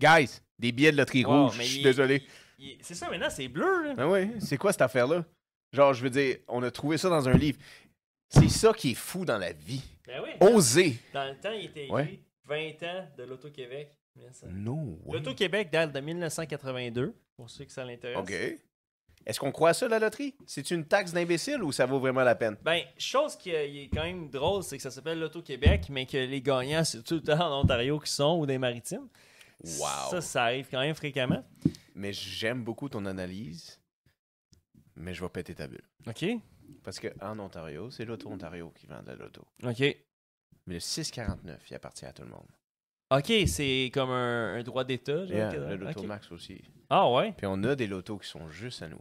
A: Guys, des billets de loterie
B: Wow,
A: rouge,
B: mais
A: je suis
B: il-
A: désolé.
B: Il- C'est ça
A: Ben
B: maintenant, c'est bleu là.
A: Ah ouais, c'est quoi cette affaire-là? Genre, je veux dire, on a trouvé ça dans un livre. C'est ça qui est fou dans la vie.
B: Ben oui.
A: Oser.
B: Dans le temps, il était écrit
A: Ouais.
B: 20 ans de l'Auto-Québec. 1900.
A: No way.
B: L'Auto-Québec date de 1982, pour ceux que ça l'intéresse.
A: OK. Est-ce qu'on croit à ça, la loterie? C'est une taxe d'imbécile ou ça vaut vraiment la peine?
B: Ben, chose qui euh, est quand même drôle, c'est que ça s'appelle l'Auto-Québec, mais que les gagnants, c'est tout le temps en Ontario qui sont ou des maritimes. Ça, ça arrive quand même fréquemment.
A: Mais j'aime beaucoup ton analyse, mais je vais péter ta bulle.
B: OK.
A: Parce qu'en Ontario, c'est l'Auto-Ontario qui vend de la loto.
B: OK.
A: Mais le 649, il appartient à tout le monde.
B: OK, c'est comme un, un droit d'État. genre,
A: Yeah,
B: que-
A: le
B: Ah, ok.
A: Loto Max aussi.
B: Ah ouais?
A: Puis on a des lotos qui sont juste à nous.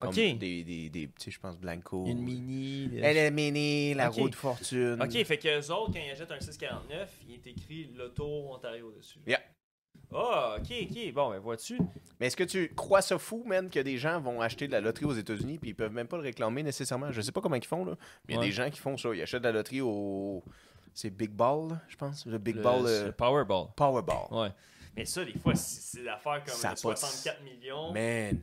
A: Comme
B: OK.
A: Des, des, des petits, je pense, Blanco.
B: Une mini. euh, le-
A: Elle est mini, la
B: Ok.
A: roue de fortune.
B: OK, fait qu'eux autres, quand ils achètent un 649, il est écrit l'Auto-Ontario dessus.
A: Yeah.
B: Ah, OK, OK. Bon, ben vois-tu.
A: Mais est-ce que tu crois ça fou, man, que des gens vont acheter de la loterie aux États-Unis puis ils peuvent même pas le réclamer nécessairement? Je sais pas comment ils font, là. Mais il y a
B: Ouais.
A: des gens qui font ça. Ils achètent de la loterie au. C'est Big Ball, là, je pense. Le Big
B: le-
A: Ball.
B: c'est
A: euh,
B: le Powerball.
A: Powerball.
B: Ouais. Mais ça, des fois, c'est c'est l'affaire comme
A: Ça a
B: euh,
A: pas de-
B: 64 millions.
A: Man,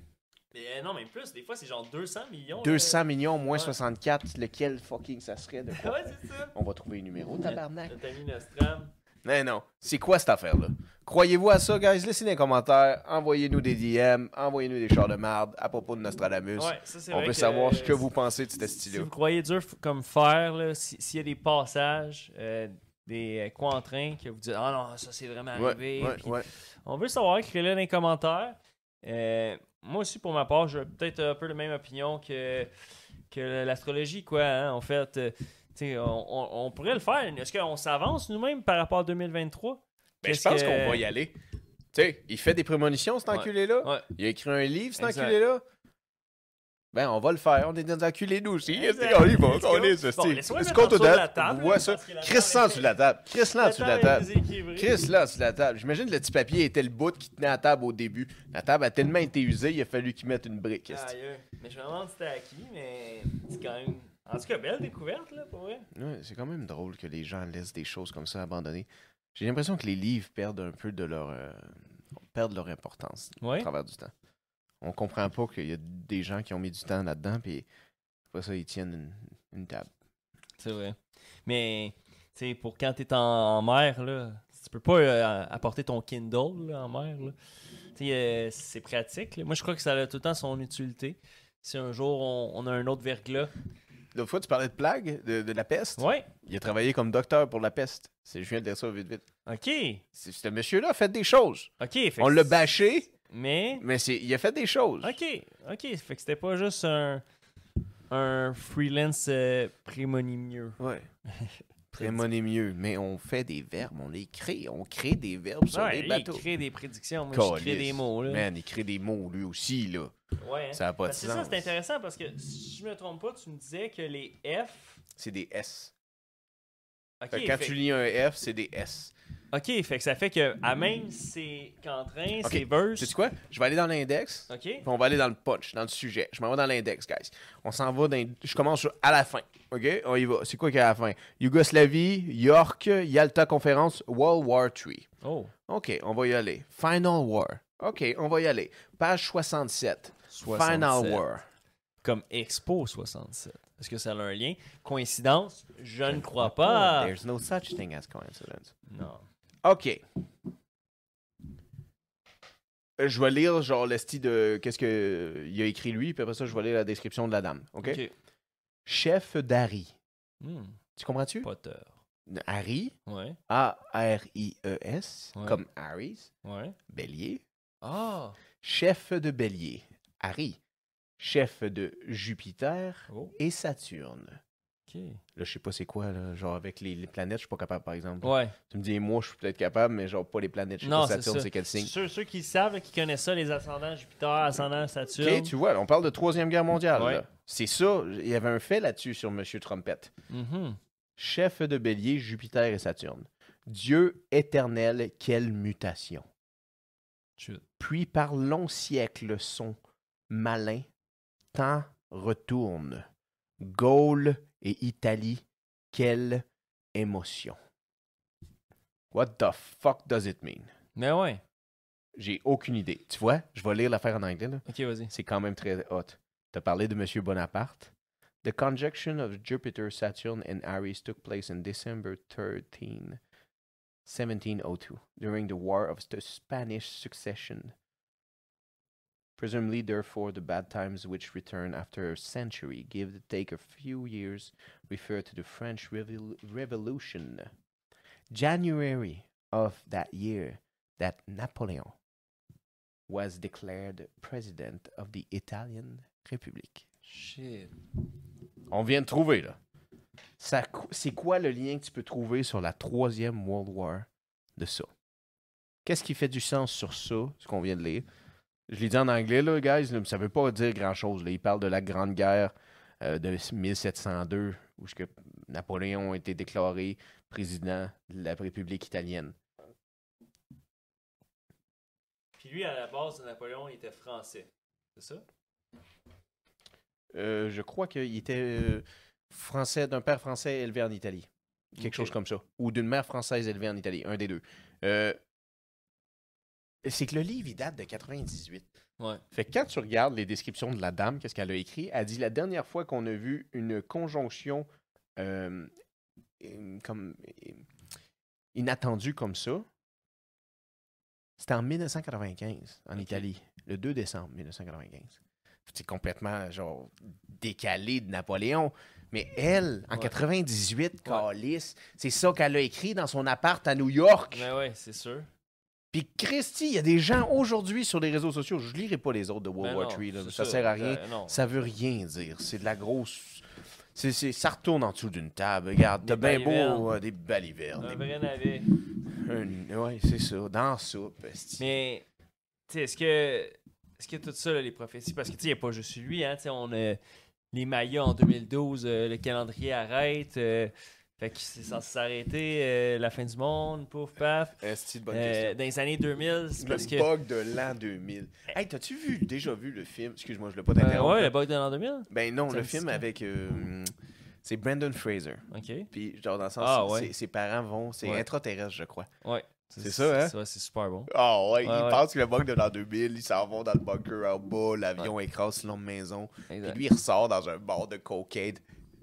B: Mais euh, non, mais plus, des fois, c'est genre 200 millions. là.
A: 200 millions moins
B: Ouais.
A: 64, lequel fucking ça serait de quoi?
B: Ouais, c'est ça.
A: On va trouver un numéro, tabarnak.
B: Notre ami Nostram.
A: Mais non, c'est quoi cette affaire-là? Croyez-vous à ça, guys? Laissez des commentaires, envoyez-nous des DM, envoyez-nous des chars de marde à propos de Nostradamus.
B: Ouais, ça, c'est
A: On
B: vrai
A: veut
B: que-
A: savoir ce que vous pensez de cet
B: Si
A: style
B: vous croyez dur f- comme fer, là, si- s'il y a des passages, euh, des euh, cointrains que vous dites Ah non, ça c'est vraiment arrivé.
A: ouais,
B: puis
A: ouais.
B: On veut savoir, écrivez-le dans les commentaires. Euh, moi aussi, pour ma part, j'ai peut-être un peu la même opinion que, que l'astrologie, quoi. hein. En fait, euh, tu sais, on, on- on pourrait le faire. Est-ce qu'on s'avance nous-mêmes par rapport à 2023
A: Ben, je
B: Qu'est-ce
A: pense
B: que-
A: qu'on va y aller. Tu sais, il fait des prémonitions, cet
B: Ouais.
A: enculé-là.
B: Ouais.
A: Il a écrit un livre, cet
B: Exact.
A: enculé-là. Ben, on va le faire. On est dans un culé nous aussi.
B: Exact.
A: Est-ce qu'on y va?
B: Let's go.
A: On est, ce
B: Bon,
A: style.
B: laisse-moi
A: Est-ce
B: mettre
A: qu'on
B: ça
A: te
B: sur la
A: date?
B: table,
A: On voit
B: parce
A: ça.
B: que la
A: Chris
B: table
A: Land
B: est-
A: sur la table. Chris Land sur la
B: est
A: table.
B: déséquilibrée.
A: Chris Land sur la table. J'imagine le petit papier était le bout qui tenait la table au début. La table a tellement été usée, il a fallu qu'il mette une brique. est-ce que-
B: Aïe, aïe. Mais je me demande si c'était acquis, mais c'est quand même. En tout cas, belle découverte, là, pour vrai.
A: Ouais, c'est quand même drôle que les gens laissent des choses comme ça abandonnées. J'ai l'impression que les livres perdent un peu de leur, euh, perdent leur importance
B: Ouais.
A: au travers du temps. On comprend pas qu'il y a des gens qui ont mis du temps là-dedans, puis après ça, ils tiennent une, une table.
B: C'est vrai. Mais, tu sais, pour quand t'es en, en mer, là, tu peux pas euh, apporter ton Kindle là, en mer. là. Tu sais, euh, c'est pratique. là. Moi, je crois que ça a tout le temps son utilité. Si un jour on, on a un autre verglas.
A: L'autre fois, tu parlais de plague, de, de la peste.
B: Ouais.
A: Il a travaillé comme docteur pour la peste. C'est, je viens de dire ça vite, vite.
B: OK.
A: C'est, ce monsieur-là a fait des choses.
B: OK. fait que
A: On l'a
B: c'est-
A: bâché,
B: Mais,
A: mais c'est, il a fait des choses.
B: OK. OK. Fait que c'était pas juste un, un freelance euh, prémonimieux.
A: Ouais. Prémonez mieux, mais on fait des verbes, on les crée. On crée des verbes sur
B: Ouais,
A: des
B: lui,
A: bateaux.
B: il crée des prédictions. Moi, je crée
A: Calisse.
B: des mots. Là.
A: Man, il crée des mots, lui aussi, là.
B: Ouais, hein.
A: Ça n'a pas de
B: Parce que c'est ça,
A: sens.
B: c'est intéressant parce que si je me trompe pas, tu me disais que les F.
A: C'est des S.
B: Ok,
A: Fait que quand
B: fait,
A: tu lis un F, c'est des S.
B: ok, fait que ça fait que à même c'est Quentin,
A: Ok,
B: c'est Verse.
A: Tu sais quoi? Je vais aller dans l'index,
B: Ok.
A: puis on va aller dans le punch, dans le sujet. Je m'en vais dans l'index, guys. On s'en va dans... Je commence sur- à la fin, OK? On y va. C'est quoi qu'il y a à la fin? Yougoslavie, York, Yalta Conférence, World War III.
B: Oh.
A: OK, on va y aller. Final War. OK, on va y aller. Page 67.
B: 67.
A: Final War.
B: Comme Expo 67. Est-ce que ça a un lien Coïncidence Je ne crois pas.
A: There's no such thing as coincidence.
B: Non.
A: OK. Euh, Je vais lire genre le style de qu'est-ce que il a écrit lui, puis après ça je vais lire la description de la dame. OK.
B: Ok.
A: Chef d'Harry.
B: Hmm,
A: Tu comprends-tu
B: Potter.
A: Harry,
B: Ouais.
A: A R I E S
B: Ouais.
A: comme Harry's,
B: Ouais.
A: Bélier,
B: Ah.
A: chef de Bélier, Harry, chef de Jupiter
B: Oh.
A: et Saturne.
B: Ok.
A: Là, je sais pas c'est quoi, là, genre avec les, les planètes, je suis pas capable, par exemple.
B: Ouais.
A: Tu me dis, moi, je suis peut-être capable, mais genre pas les planètes. Je sais
B: Non,
A: pas
B: c'est
A: Saturne,
B: ça.
A: c'est quel signe.
B: Ceux, ceux qui savent, là, qui connaissent ça, les ascendants Jupiter, ascendant Saturne.
A: OK, tu vois, on parle de Troisième Guerre mondiale.
B: Ouais.
A: là. C'est ça, il y avait un fait là-dessus sur M. Trumpette.
B: Mhm.
A: Chef de bélier, Jupiter et Saturne. Dieu éternel, quelle mutation.
B: Chut.
A: Puis par longs siècles son malin, temps retourne. Gaule et Italie, quelle émotion. What the fuck does it mean?
B: Mais ouais.
A: J'ai aucune idée. Tu vois, je vais lire l'affaire en anglais. Là.
B: Ok, vas-y.
A: c'est quand même très hot. T'as parlé de M. Bonaparte, The conjunction of Jupiter, Saturn, and Aries took place on December 13, 1702, during the War of the Spanish Succession. Presumably, therefore, the bad times which return after a century give the take a few years refer to the French Revol- Revolution. January of that year, that Napoleon was declared president of the Italian République.
B: Shit.
A: On vient de trouver, là. Ça co- C'est quoi le lien que tu peux trouver sur la troisième World War de ça? Qu'est-ce qui fait du sens sur ça, ce qu'on vient de lire? Je l'ai dit en anglais, là, guys, là, mais ça veut pas dire grand-chose. là. Il parle de la Grande Guerre euh, de 1702, où ce que Napoléon a été déclaré président de la République italienne.
B: Puis lui, à la base de Napoléon, il était français. C'est ça?
A: Euh, je crois qu'il était euh, français d'un père français élevé en Italie. Quelque
B: Ok.
A: chose comme ça. Ou d'une mère française élevée en Italie. Un des deux. Euh, c'est que le livre, il date de 98.
B: Ouais.
A: Fait que quand tu regardes les descriptions de la dame, qu'est-ce qu'elle a écrit? Elle dit la dernière fois qu'on a vu une conjonction euh, euh, comme euh, inattendue comme ça, c'était en 1995, en
B: Ok.
A: Italie, le 2 décembre 1995. C'est complètement genre décalé de Napoléon. Mais elle, en
B: Ouais.
A: 98, calice, c'est ça qu'elle a écrit dans son appart à New York.
B: Mais ouais, c'est sûr.
A: Puis Christy, il y a des gens aujourd'hui sur les réseaux sociaux, je lirai pas les autres de World
B: Ben
A: War
B: non,
A: III, là,
B: c'est
A: ça sert à rien.
B: Euh, non.
A: Ça veut rien dire. C'est de la grosse. c'est- c'est- ça retourne en dessous d'une table. Regarde, t'as
B: Des
A: bien beau
B: balivernes.
A: euh, des balivernes.
B: Un
A: des-
B: vrai navet.
A: un- ouais, c'est ça. Dans la soupe. esti.
B: Mais, tu sais, est-ce que, est-ce que tout ça, là, les prophéties, parce que, tu sais, il n'y a pas juste lui, hein, tu sais, on a les Mayas en 2012, euh, le calendrier arrête, euh, fait que c'est censé s'arrêter, euh, la fin du monde, pouf, paf.
A: Esti de bonne
B: Euh,
A: question.
B: dans les années 2000, c'est
A: Le
B: parce que...
A: bug de l'an 2000. Hey, t'as-tu vu, déjà vu le film Excuse-moi, je l'ai pas
B: Euh,
A: t'interrompre.
B: ouais, le bug de l'an 2000.
A: Ben non,
B: Ça
A: le
B: me dit
A: film
B: quoi?
A: avec. euh, c'est Brandon Fraser.
B: OK.
A: Puis, genre, dans le sens,
B: Ah, ouais.
A: ses, ses parents vont. C'est
B: Ouais.
A: intraterrestre, je crois.
B: Ouais.
A: C'est ça, hein?
B: C'est, ouais, c'est super bon.
A: Ah ouais,
B: Ouais,
A: ils
B: ouais.
A: pensent que le bug de l'an 2000, ils s'en vont dans le bunker en bas, l'avion écrase l'homme maison, puis
B: Exact.
A: lui il ressort dans un bar de cocaine,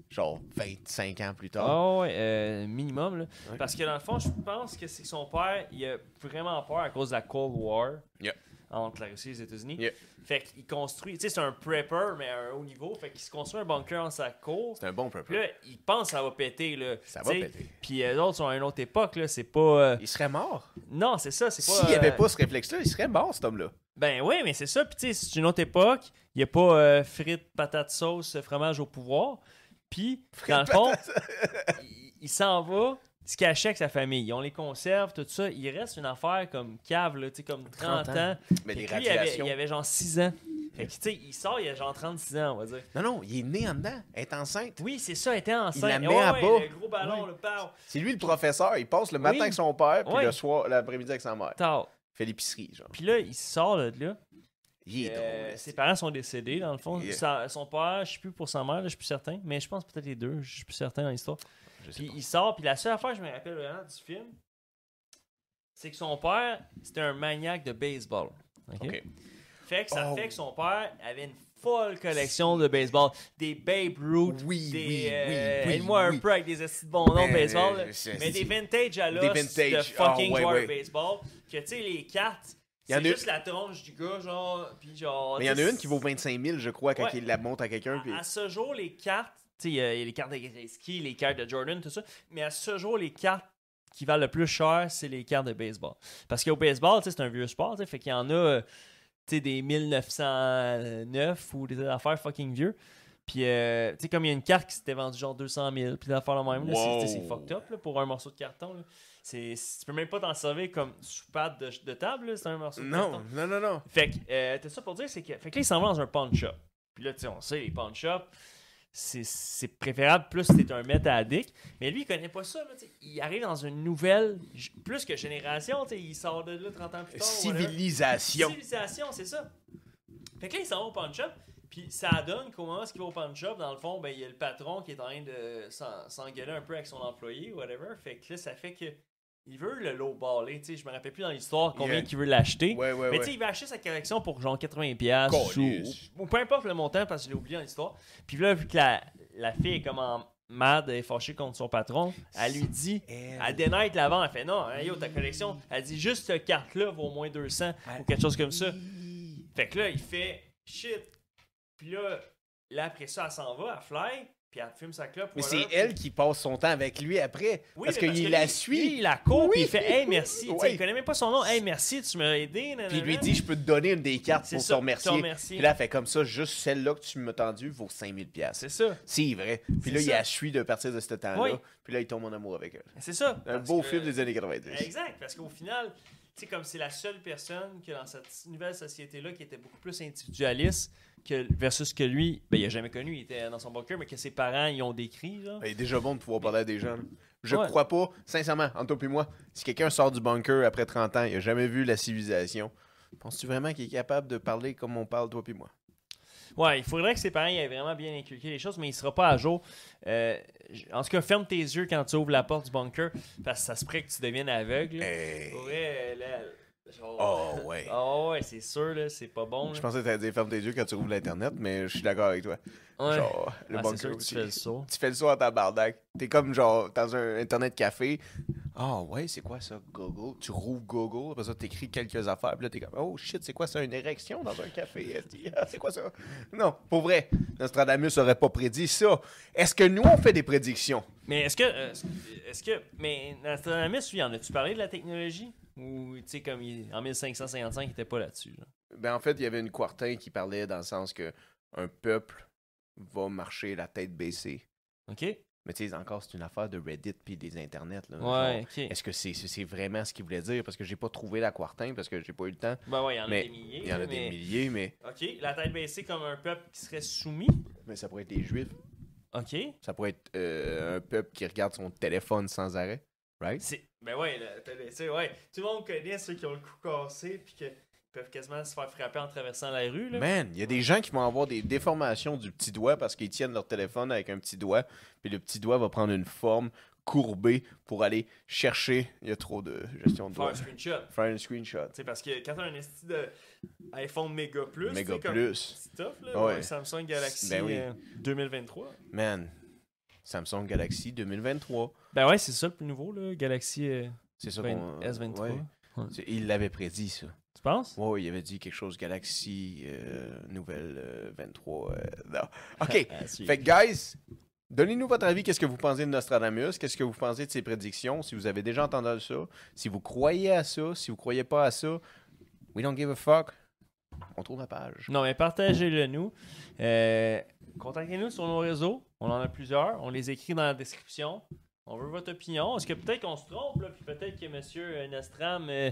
A: genre 25 ans plus tard.
B: Ah ouais, euh, minimum. Là.
A: Ouais.
B: Parce que dans le fond, je pense que c'est que son père, il a vraiment peur à cause de la Cold War
A: Yeah.
B: entre la Russie et les États-Unis.
A: Yeah.
B: Fait qu'il construit, tu sais, c'est un prepper, mais à un haut niveau. Fait qu'il se construit un bunker en sa cour.
A: C'est un bon
B: Puis
A: purple.
B: là, il pense que ça va péter. Là,
A: Ça
B: tu sais.
A: va péter.
B: Puis les autres sont à une autre époque. là C'est pas. euh,
A: Il serait mort.
B: Non, c'est ça. c'est pas,
A: S'il n'y avait
B: euh,
A: pas ce réflexe-là, il serait mort, cet homme-là.
B: Ben oui, mais c'est ça. Puis tu sais, c'est une autre époque. Il n'y a pas euh, frites, patates, sauce, fromage au pouvoir. Puis, dans le fond, il, il s'en va se cacher avec sa famille. On les conserve, tout ça. Il reste une affaire comme cave, là, tu sais, comme 30,
A: 30
B: ans.
A: ans. Mais
B: Fait
A: les
B: que lui, il avait,
A: radiations.
B: il avait genre 6 ans. Fait que, tu sais, il sort, il a genre 36 ans, on va dire.
A: Non, non, il est né en dedans, elle est enceinte.
B: Oui, c'est ça, il était enceinte.
A: la met
B: Ouais,
A: à
B: ouais,
A: bas.
B: Le gros ballon,
A: Ouais.
B: le pow.
A: C'est lui le professeur, il passe le matin
B: Oui.
A: avec son père, puis
B: Ouais.
A: le soir, l'après-midi avec sa mère.
B: Tard.
A: Fait l'épicerie, genre.
B: Puis là, il sort là, de là.
A: Il est
B: Euh,
A: drôle.
B: ses
A: esti.
B: parents sont décédés, dans le fond.
A: Yeah.
B: Sa- son père, je suis plus pour sa mère, là, je suis plus certain. Mais je pense peut-être les deux, je suis plus certain dans l'histoire.
A: Je sais
B: Puis
A: pas.
B: il sort, puis la seule affaire que je me rappelle vraiment du film, c'est que son père, c'était un maniaque de baseball. OK?
A: Ok.
B: Fait que ça
A: Oh.
B: fait que son père avait une folle collection de baseball. Des Babe Ruth,
A: Oui,
B: des...
A: oui, oui, oui,
B: moi
A: oui.
B: un peu avec des estis de bons noms de
A: Mais,
B: baseball.
A: euh,
B: là.
A: c'est-
B: Mais des vintage à l'os
A: Des vintage.
B: de fucking
A: Ah, ouais,
B: joueurs
A: ouais.
B: de baseball. Que tu sais, les cartes,
A: Y en
B: c'est
A: a-
B: juste la tronche du gars, genre... Puis genre
A: Mais il y en
B: tu
A: a
B: sais,
A: une qui vaut 25 000, je crois, quand
B: Ouais. Ah,
A: il la monte à quelqu'un. puis-
B: à, à ce jour, les cartes, tu sais, il y a il y a les cartes de ski, les cartes de Jordan, tout ça, mais à ce jour, les cartes qui valent le plus cher, c'est les cartes de baseball. Parce qu'au baseball, tu sais, c'est un vieux sport, tu sais, fait qu'il y en a, euh, tu sais, des 1909 ou des affaires fucking vieux. Puis, euh, tu sais, comme il y a une carte qui s'était vendue genre 200 000, puis d'affaires la même, là, c'est- c'est c'est
A: Wow.
B: fucked up là, pour un morceau de carton. là. C'est- Tu peux même pas t'en servir comme soupape de, de table, là, c'est un morceau de carton.
A: Non, non, non, non.
B: Fait que, euh, t'as ça pour dire, c'est que. Fait que là, il s'en va dans un pawn shop. Puis là, tu sais, on sait, les pawn shops, c'est- c'est préférable plus si t'es un meta addict. Mais lui, il connaît pas ça. Là, tu sais. il arrive dans une nouvelle, g- plus que génération, tu sais, il sort de là 30 ans plus tard. whatever.
A: Civilisation.
B: Civilisation, c'est ça. Fait que là, il s'en va au pawn shop. Puis ça donne qu'au moment où il va au pawn shop, dans le fond, ben, il y a le patron qui est en train de s'en- s'engueuler un peu avec son employé, whatever. Fait que là, ça fait que. Il veut le lowballer, tu sais. Je me rappelle plus dans l'histoire combien
A: Yeah.
B: qu'il veut l'acheter.
A: Ouais, ouais,
B: Mais
A: ouais.
B: tu sais, il va acheter sa collection pour genre 80$ piastres
A: Calice.
B: ou, ou peu importe le montant parce que je l'ai oublié dans l'histoire. Puis là, vu que la, la fille est comme en mad, elle est fâchée contre son patron. Elle lui dit,
A: Elle.
B: elle dénaille l'avant, elle fait non, hein, yo, ta collection. Elle dit juste cette carte-là vaut au moins 200 ou quelque chose comme ça. Fait que là, il fait shit. Puis là, là après ça, elle s'en va, elle fly, puis elle fume sa clope.
A: Mais
B: voilà.
A: c'est elle qui passe son temps avec lui après.
B: Oui,
A: parce
B: mais
A: qu'il
B: que
A: la
B: lui,
A: suit.
B: lui, il la court, puis il
A: Oui.
B: fait Hey, merci. Tu sais,
A: Oui.
B: Il connaît même pas son nom. Hey, merci, tu m'as aidé. nanana.
A: Puis il lui dit Je peux te donner une des cartes
B: C'est
A: pour
B: ça,
A: te remercier.
B: te remercier.
A: Puis là, elle fait comme ça juste celle-là que tu m'as tendue vaut 5000$. pièces.
B: C'est ça.
A: C'est vrai. Puis
B: C'est
A: là, il
B: ça.
A: la suit de partir de ce temps-là.
B: Oui.
A: Puis là, il tombe en amour avec elle.
B: C'est ça.
A: Un
B: Parce
A: beau
B: que-
A: film des années 90.
B: Exact, parce qu'au final, tu sais, comme c'est la seule personne que dans cette nouvelle société-là qui était beaucoup plus individualiste que, versus que lui, ben, il a jamais connu, il était dans son bunker, mais que ses parents y ont décrit. Genre.
A: Il est déjà bon de pouvoir parler à des gens. là. Je
B: Ouais.
A: crois pas, sincèrement, entre toi et moi, si quelqu'un sort du bunker après 30 ans, il a jamais vu la civilisation, penses-tu vraiment qu'il est capable de parler comme on parle toi et moi?
B: Ouais, il faudrait que ses parents y aient vraiment bien inculqué les choses, mais il sera pas à jour. Euh, j- en tout cas, ferme tes yeux quand tu ouvres la porte du bunker, parce que ça se pourrait que tu deviennes aveugle. là.
A: Hey.
B: Pour vrai, là, genre-
A: Oh, ouais.
B: Ah ouais, c'est sûr, là, c'est pas bon.
A: Je
B: là.
A: pensais que t'allais dire ferme tes yeux quand tu ouvres l'Internet, mais je suis d'accord avec toi.
B: Ouais.
A: Genre, le
B: Ah, c'est sûr
A: bunker
B: que tu
A: aussi.
B: fais le saut.
A: Tu fais le saut à ta bardac. T'es comme genre dans un internet café. Ah ouais, c'est quoi ça, Google? Tu rouves Google, après ça t'écris quelques affaires, puis là t'es comme oh shit, c'est quoi ça, une érection dans un café? esti? Ah, C'est quoi ça? Non, pour vrai, Nostradamus aurait pas prédit ça. Est-ce que nous on fait des prédictions?
B: Mais est-ce que. euh, Est-ce que. Mais Nostradamus, lui, en as-tu parlé de la technologie Ou, tu sais, comme il- en 1555, il était pas là-dessus. là?
A: Ben en fait, il y avait une Quartin qui parlait dans le sens que un peuple va marcher la tête baissée.
B: OK Ouais,
A: Mais tu sais, encore, c'est une affaire de Reddit puis des internets. Là, Genre,
B: OK.
A: Est-ce que c'est c'est- c'est vraiment ce qu'il voulait dire? Parce que j'ai pas trouvé la quartin, parce que j'ai pas eu le temps.
B: Ben ouais, il y en a
A: Mais
B: des milliers.
A: Il y en a
B: là,
A: des
B: mais-
A: milliers, mais,
B: OK, la tête baissée comme un peuple qui serait soumis.
A: mais ça pourrait être des juifs.
B: OK.
A: Ça pourrait être euh, un peuple qui regarde son téléphone sans arrêt. Right?
B: C'est- Ben ouais, la tête baissée, ouais. Tout le monde connaît ceux qui ont le cou cassé puis que ils peuvent quasiment se faire frapper en traversant la rue, là.
A: Man, il y a des gens qui vont avoir des déformations du petit doigt parce qu'ils tiennent leur téléphone avec un petit doigt, puis le petit doigt va prendre une forme courbée pour aller chercher. Il y a trop de gestion de
B: Faire
A: doigts.
B: un screenshot.
A: Faire un screenshot.
B: Tu sais, parce que quand t'as un esti de iPhone méga plus,
A: Méga
B: c'est comme-
A: plus.
B: C'est tough, là.
A: Ouais.
B: un Samsung Galaxy
A: Ben oui.
B: euh, 2023.
A: Man, Samsung Galaxy 2023.
B: Ben ouais, c'est ça le plus nouveau, là, Galaxy euh,
A: C'est ça
B: 20
A: qu'on.
B: S23.
A: ouais. C'est- Il l'avait prédit, ça.
B: Tu penses?
A: Ouais, ouais, il avait dit quelque chose Galaxy euh, Nouvelle euh, 23. euh, non.
B: Ah,
A: OK. fait que, guys, donnez-nous votre avis. Qu'est-ce que vous pensez de Nostradamus? Qu'est-ce que vous pensez de ses prédictions? Si vous avez déjà entendu ça, si vous croyez à ça, si vous croyez pas à ça, we don't give a fuck. On trouve la page.
B: Non, mais partagez-le nous. Euh, Contactez-nous sur nos réseaux. On en a plusieurs. On les écrit dans la description. On veut votre opinion. Est-ce que peut-être qu'on se trompe, là, puis peut-être que Monsieur euh, Nostram, euh,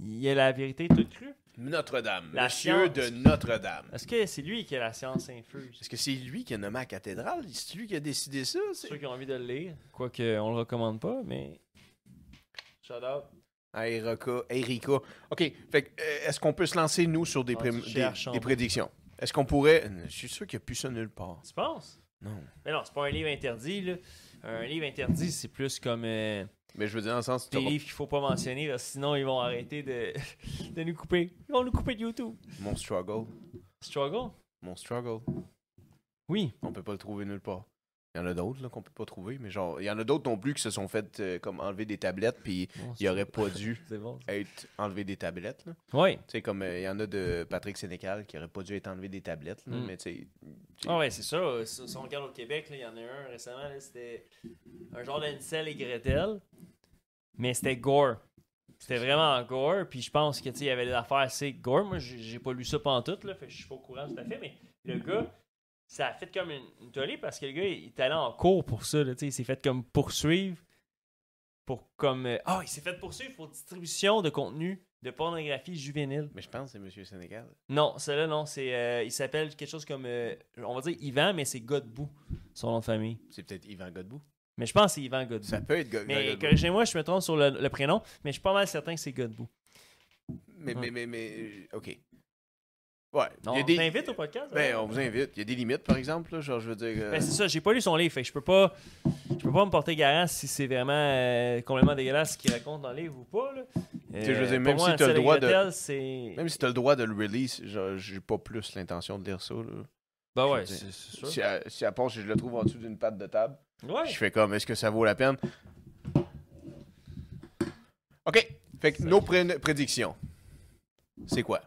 B: il a la vérité toute crue?
A: Notre-Dame.
B: La
A: Monsieur
B: science.
A: de Notre-Dame.
B: Est-ce que c'est lui qui a la science infuse?
A: Est-ce que c'est lui qui a nommé la cathédrale? C'est lui qui a décidé ça? c'est-
B: Ceux qui ont envie de le lire, quoique on le recommande pas, mais... Shout out.
A: Erika, Erika. OK, fait que, euh, est-ce qu'on peut se lancer, nous, sur des,
B: Ah,
A: prém-
B: tu
A: des-
B: cherches,
A: des
B: on-
A: prédictions? Est-ce qu'on pourrait... Je suis sûr qu'il n'y a plus ça nulle part.
B: Tu penses?
A: Non.
B: Mais non, c'est pas un livre interdit, là. Un livre interdit, c'est plus comme... euh,
A: Mais je veux dire, dans le sens...
B: des livres qu'il faut pas mentionner, parce que sinon ils vont arrêter de, de nous couper. Ils vont nous couper de YouTube.
A: Mon struggle.
B: Struggle?
A: Mon struggle.
B: Oui.
A: On peut pas le trouver nulle part. Il y en a d'autres là, qu'on peut pas trouver, mais genre, il y en a d'autres non plus qui se sont fait euh, comme enlever des tablettes, puis il aurait pas dû
B: C'est bon.
A: être enlevé des tablettes. là.
B: Oui.
A: Tu sais, comme euh, il y en a de Patrick Sénécal qui aurait pas dû être enlevé des tablettes, là,
B: Mm.
A: mais tu sais,
B: Ah ouais, c'est ça. Euh, Si si on regarde au Québec, là, il y en a un récemment, là, c'était un genre d'Ansel et Gretel, mais c'était gore. C'était vraiment gore, puis je pense que tu sais, il y avait des affaires assez gore. Moi, j'ai j'ai pas lu ça pantoute, là, fait que je suis pas au courant tout à fait, mais le gars, ça a fait comme une, une tollée parce que le gars, il, il est allé en cours pour ça, là, tu sais, il s'est fait comme poursuivre pour comme. euh, Ah, il s'est fait poursuivre pour distribution de contenu de pornographie juvénile.
A: mais je pense que c'est Monsieur Sénécal.
B: Non, celui-là, non. C'est, euh, il s'appelle quelque chose comme. euh, on va dire Yvan, mais c'est Godbout, son nom de famille.
A: C'est peut-être Yvan Godbout.
B: Mais je pense que c'est Yvan Godbout.
A: Ça peut être Go- Yvan
B: mais
A: Godbout.
B: corrigez-moi, je me trompe sur le, le prénom, mais je suis pas mal certain que c'est Godbout.
A: Mais,
B: Ouais.
A: mais, mais, mais, euh, OK. Ouais. il
B: Hum. On
A: y a des...
B: t'invite au podcast?
A: Ben,
B: hein?
A: on vous invite. Il y a des limites, par exemple, là, genre, je veux dire... euh,
B: Ben, c'est ça, j'ai pas lu son livre, fait que je peux pas, je peux pas me porter garant si c'est vraiment euh, complètement dégueulasse ce qu'il raconte dans le livre ou pas. Là.
A: sais, je veux
B: Euh,
A: dire,
B: pour
A: même
B: moi,
A: si t'as le
B: Ansel et
A: droit de-
B: Gretel, c'est...
A: Même si t'as le droit de le release, genre, j'ai pas plus l'intention de lire ça, là.
B: Ben ouais,
A: Je veux
B: c'est c'est
A: Si
B: sûr.
A: elle, si elle passe et je le trouve en dessous d'une patte de table,
B: Ouais.
A: je fais comme, est-ce que ça vaut la peine? OK. Fait que
B: Ça-
A: nos pré- prédictions, c'est quoi?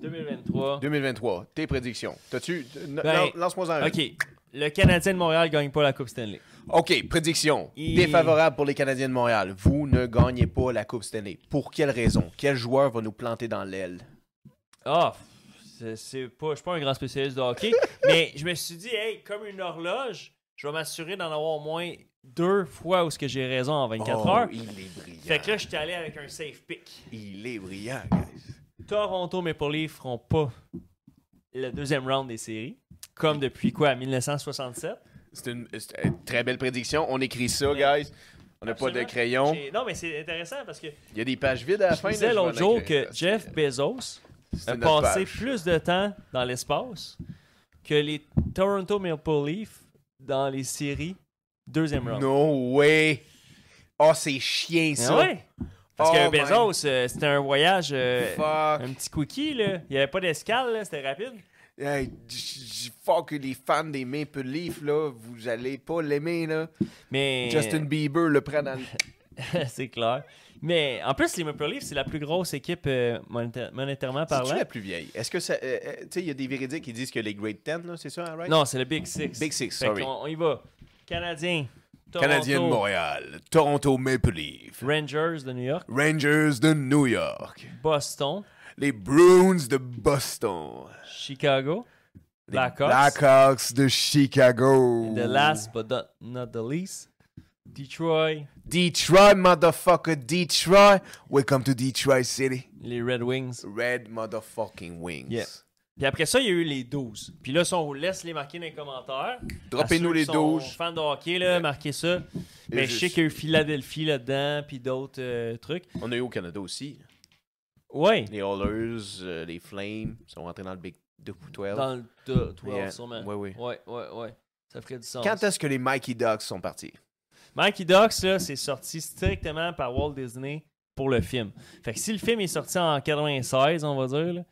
B: 2023.
A: 2023, tes prédictions. T'as-tu... t- n-
B: Ah. Ben,
A: lan- Lance-moi en
B: OK. Le Canadien de Montréal gagne pas la Coupe Stanley.
A: OK, prédiction.
B: Et-
A: Défavorable pour les Canadiens de Montréal. Vous ne gagnez pas la Coupe Stanley. Pour quelle raison? Quel joueur va nous planter dans l'aile?
B: Ah, pff, c'est- c'est pas, je suis pas un grand spécialiste de hockey, mais je me suis dit, hey, comme une horloge, je vais m'assurer d'en avoir au moins deux fois où ce que j'ai raison en 24
A: Oh,
B: heures.
A: il est brillant.
B: Fait que là, je suis allé avec un safe pick.
A: Il est brillant, guys.
B: Toronto Maple Leafs feront pas le deuxième round des séries, comme depuis quoi, 1967.
A: C'est une, c'est une très belle prédiction. On écrit ça,
B: Ouais.
A: guys. On n'a pas de
B: Absolument.
A: crayon.
B: J'ai- Non, mais c'est intéressant parce que
A: Il y a des pages vides à la
B: je
A: fin. là,
B: disais
A: je vais
B: l'autre jour
A: l'écrire,
B: que
A: parce
B: Jeff Bezos
A: c'est
B: a
A: notre
B: passé
A: page.
B: plus de temps dans l'espace que les Toronto Maple Leafs dans les séries deuxième round.
A: No way! Oh, c'est chien,
B: Ah
A: ça!
B: ouais. Parce
A: Oh
B: que
A: my-
B: Bezos, euh, c'était un voyage, euh,
A: Fuck!
B: un petit quickie, là. Il n'y avait pas d'escale, là, c'était rapide.
A: Hey, j- j- fuck les fans des Maple Leafs, là, vous allez pas l'aimer, là.
B: Mais
A: Justin Bieber le prend dans le...
B: c'est clair. Mais en plus, les Maple Leafs, c'est la plus grosse équipe euh, monéta- monétairement
A: C'est-tu
B: parlant.
A: la plus vieille? Est-ce que ça... euh, euh, tu sais, il y a des véridiques qui disent que les Great Ten, là, c'est ça, hein, right?
B: Non, c'est le Big Six.
A: Big Six,
B: Fait
A: sorry.
B: qu'on- on y va. Canadien. Toronto,
A: Canadien de Montréal, Toronto Maple Leafs,
B: Rangers de New York.
A: Rangers de New York,
B: Boston.
A: les Bruins de Boston,
B: Chicago.
A: les
B: Blackhawks.
A: Blackhawks de Chicago,
B: And the last but not- not the least. Detroit.
A: Detroit, motherfucker, Detroit. Welcome to Detroit City.
B: Les Red Wings.
A: Red motherfucking wings.
B: Yeah. Puis après ça, il y a eu les 12. Puis là, si on vous laisse les marquer dans les commentaires.
A: Droppez-nous
B: à ceux qui
A: les
B: sont
A: 12.
B: fans de hockey, là, marquez ça. Mais je sais qu'il y a eu Philadelphie là-dedans, puis d'autres euh, trucs.
A: On a eu au Canada aussi.
B: Ouais.
A: Les Oilers, euh, les Flames sont rentrés dans le Big 12.
B: Dans le to- 12,
A: Yeah.
B: sûrement.
A: Ouais, ouais.
B: Ouais, ouais, ouais. Ça ferait du sens.
A: Quand est-ce que les Mikey Ducks sont partis?
B: Mikey Ducks, là, c'est sorti strictement par Walt Disney pour le film. Fait que si le film est sorti en 96, on va dire, là,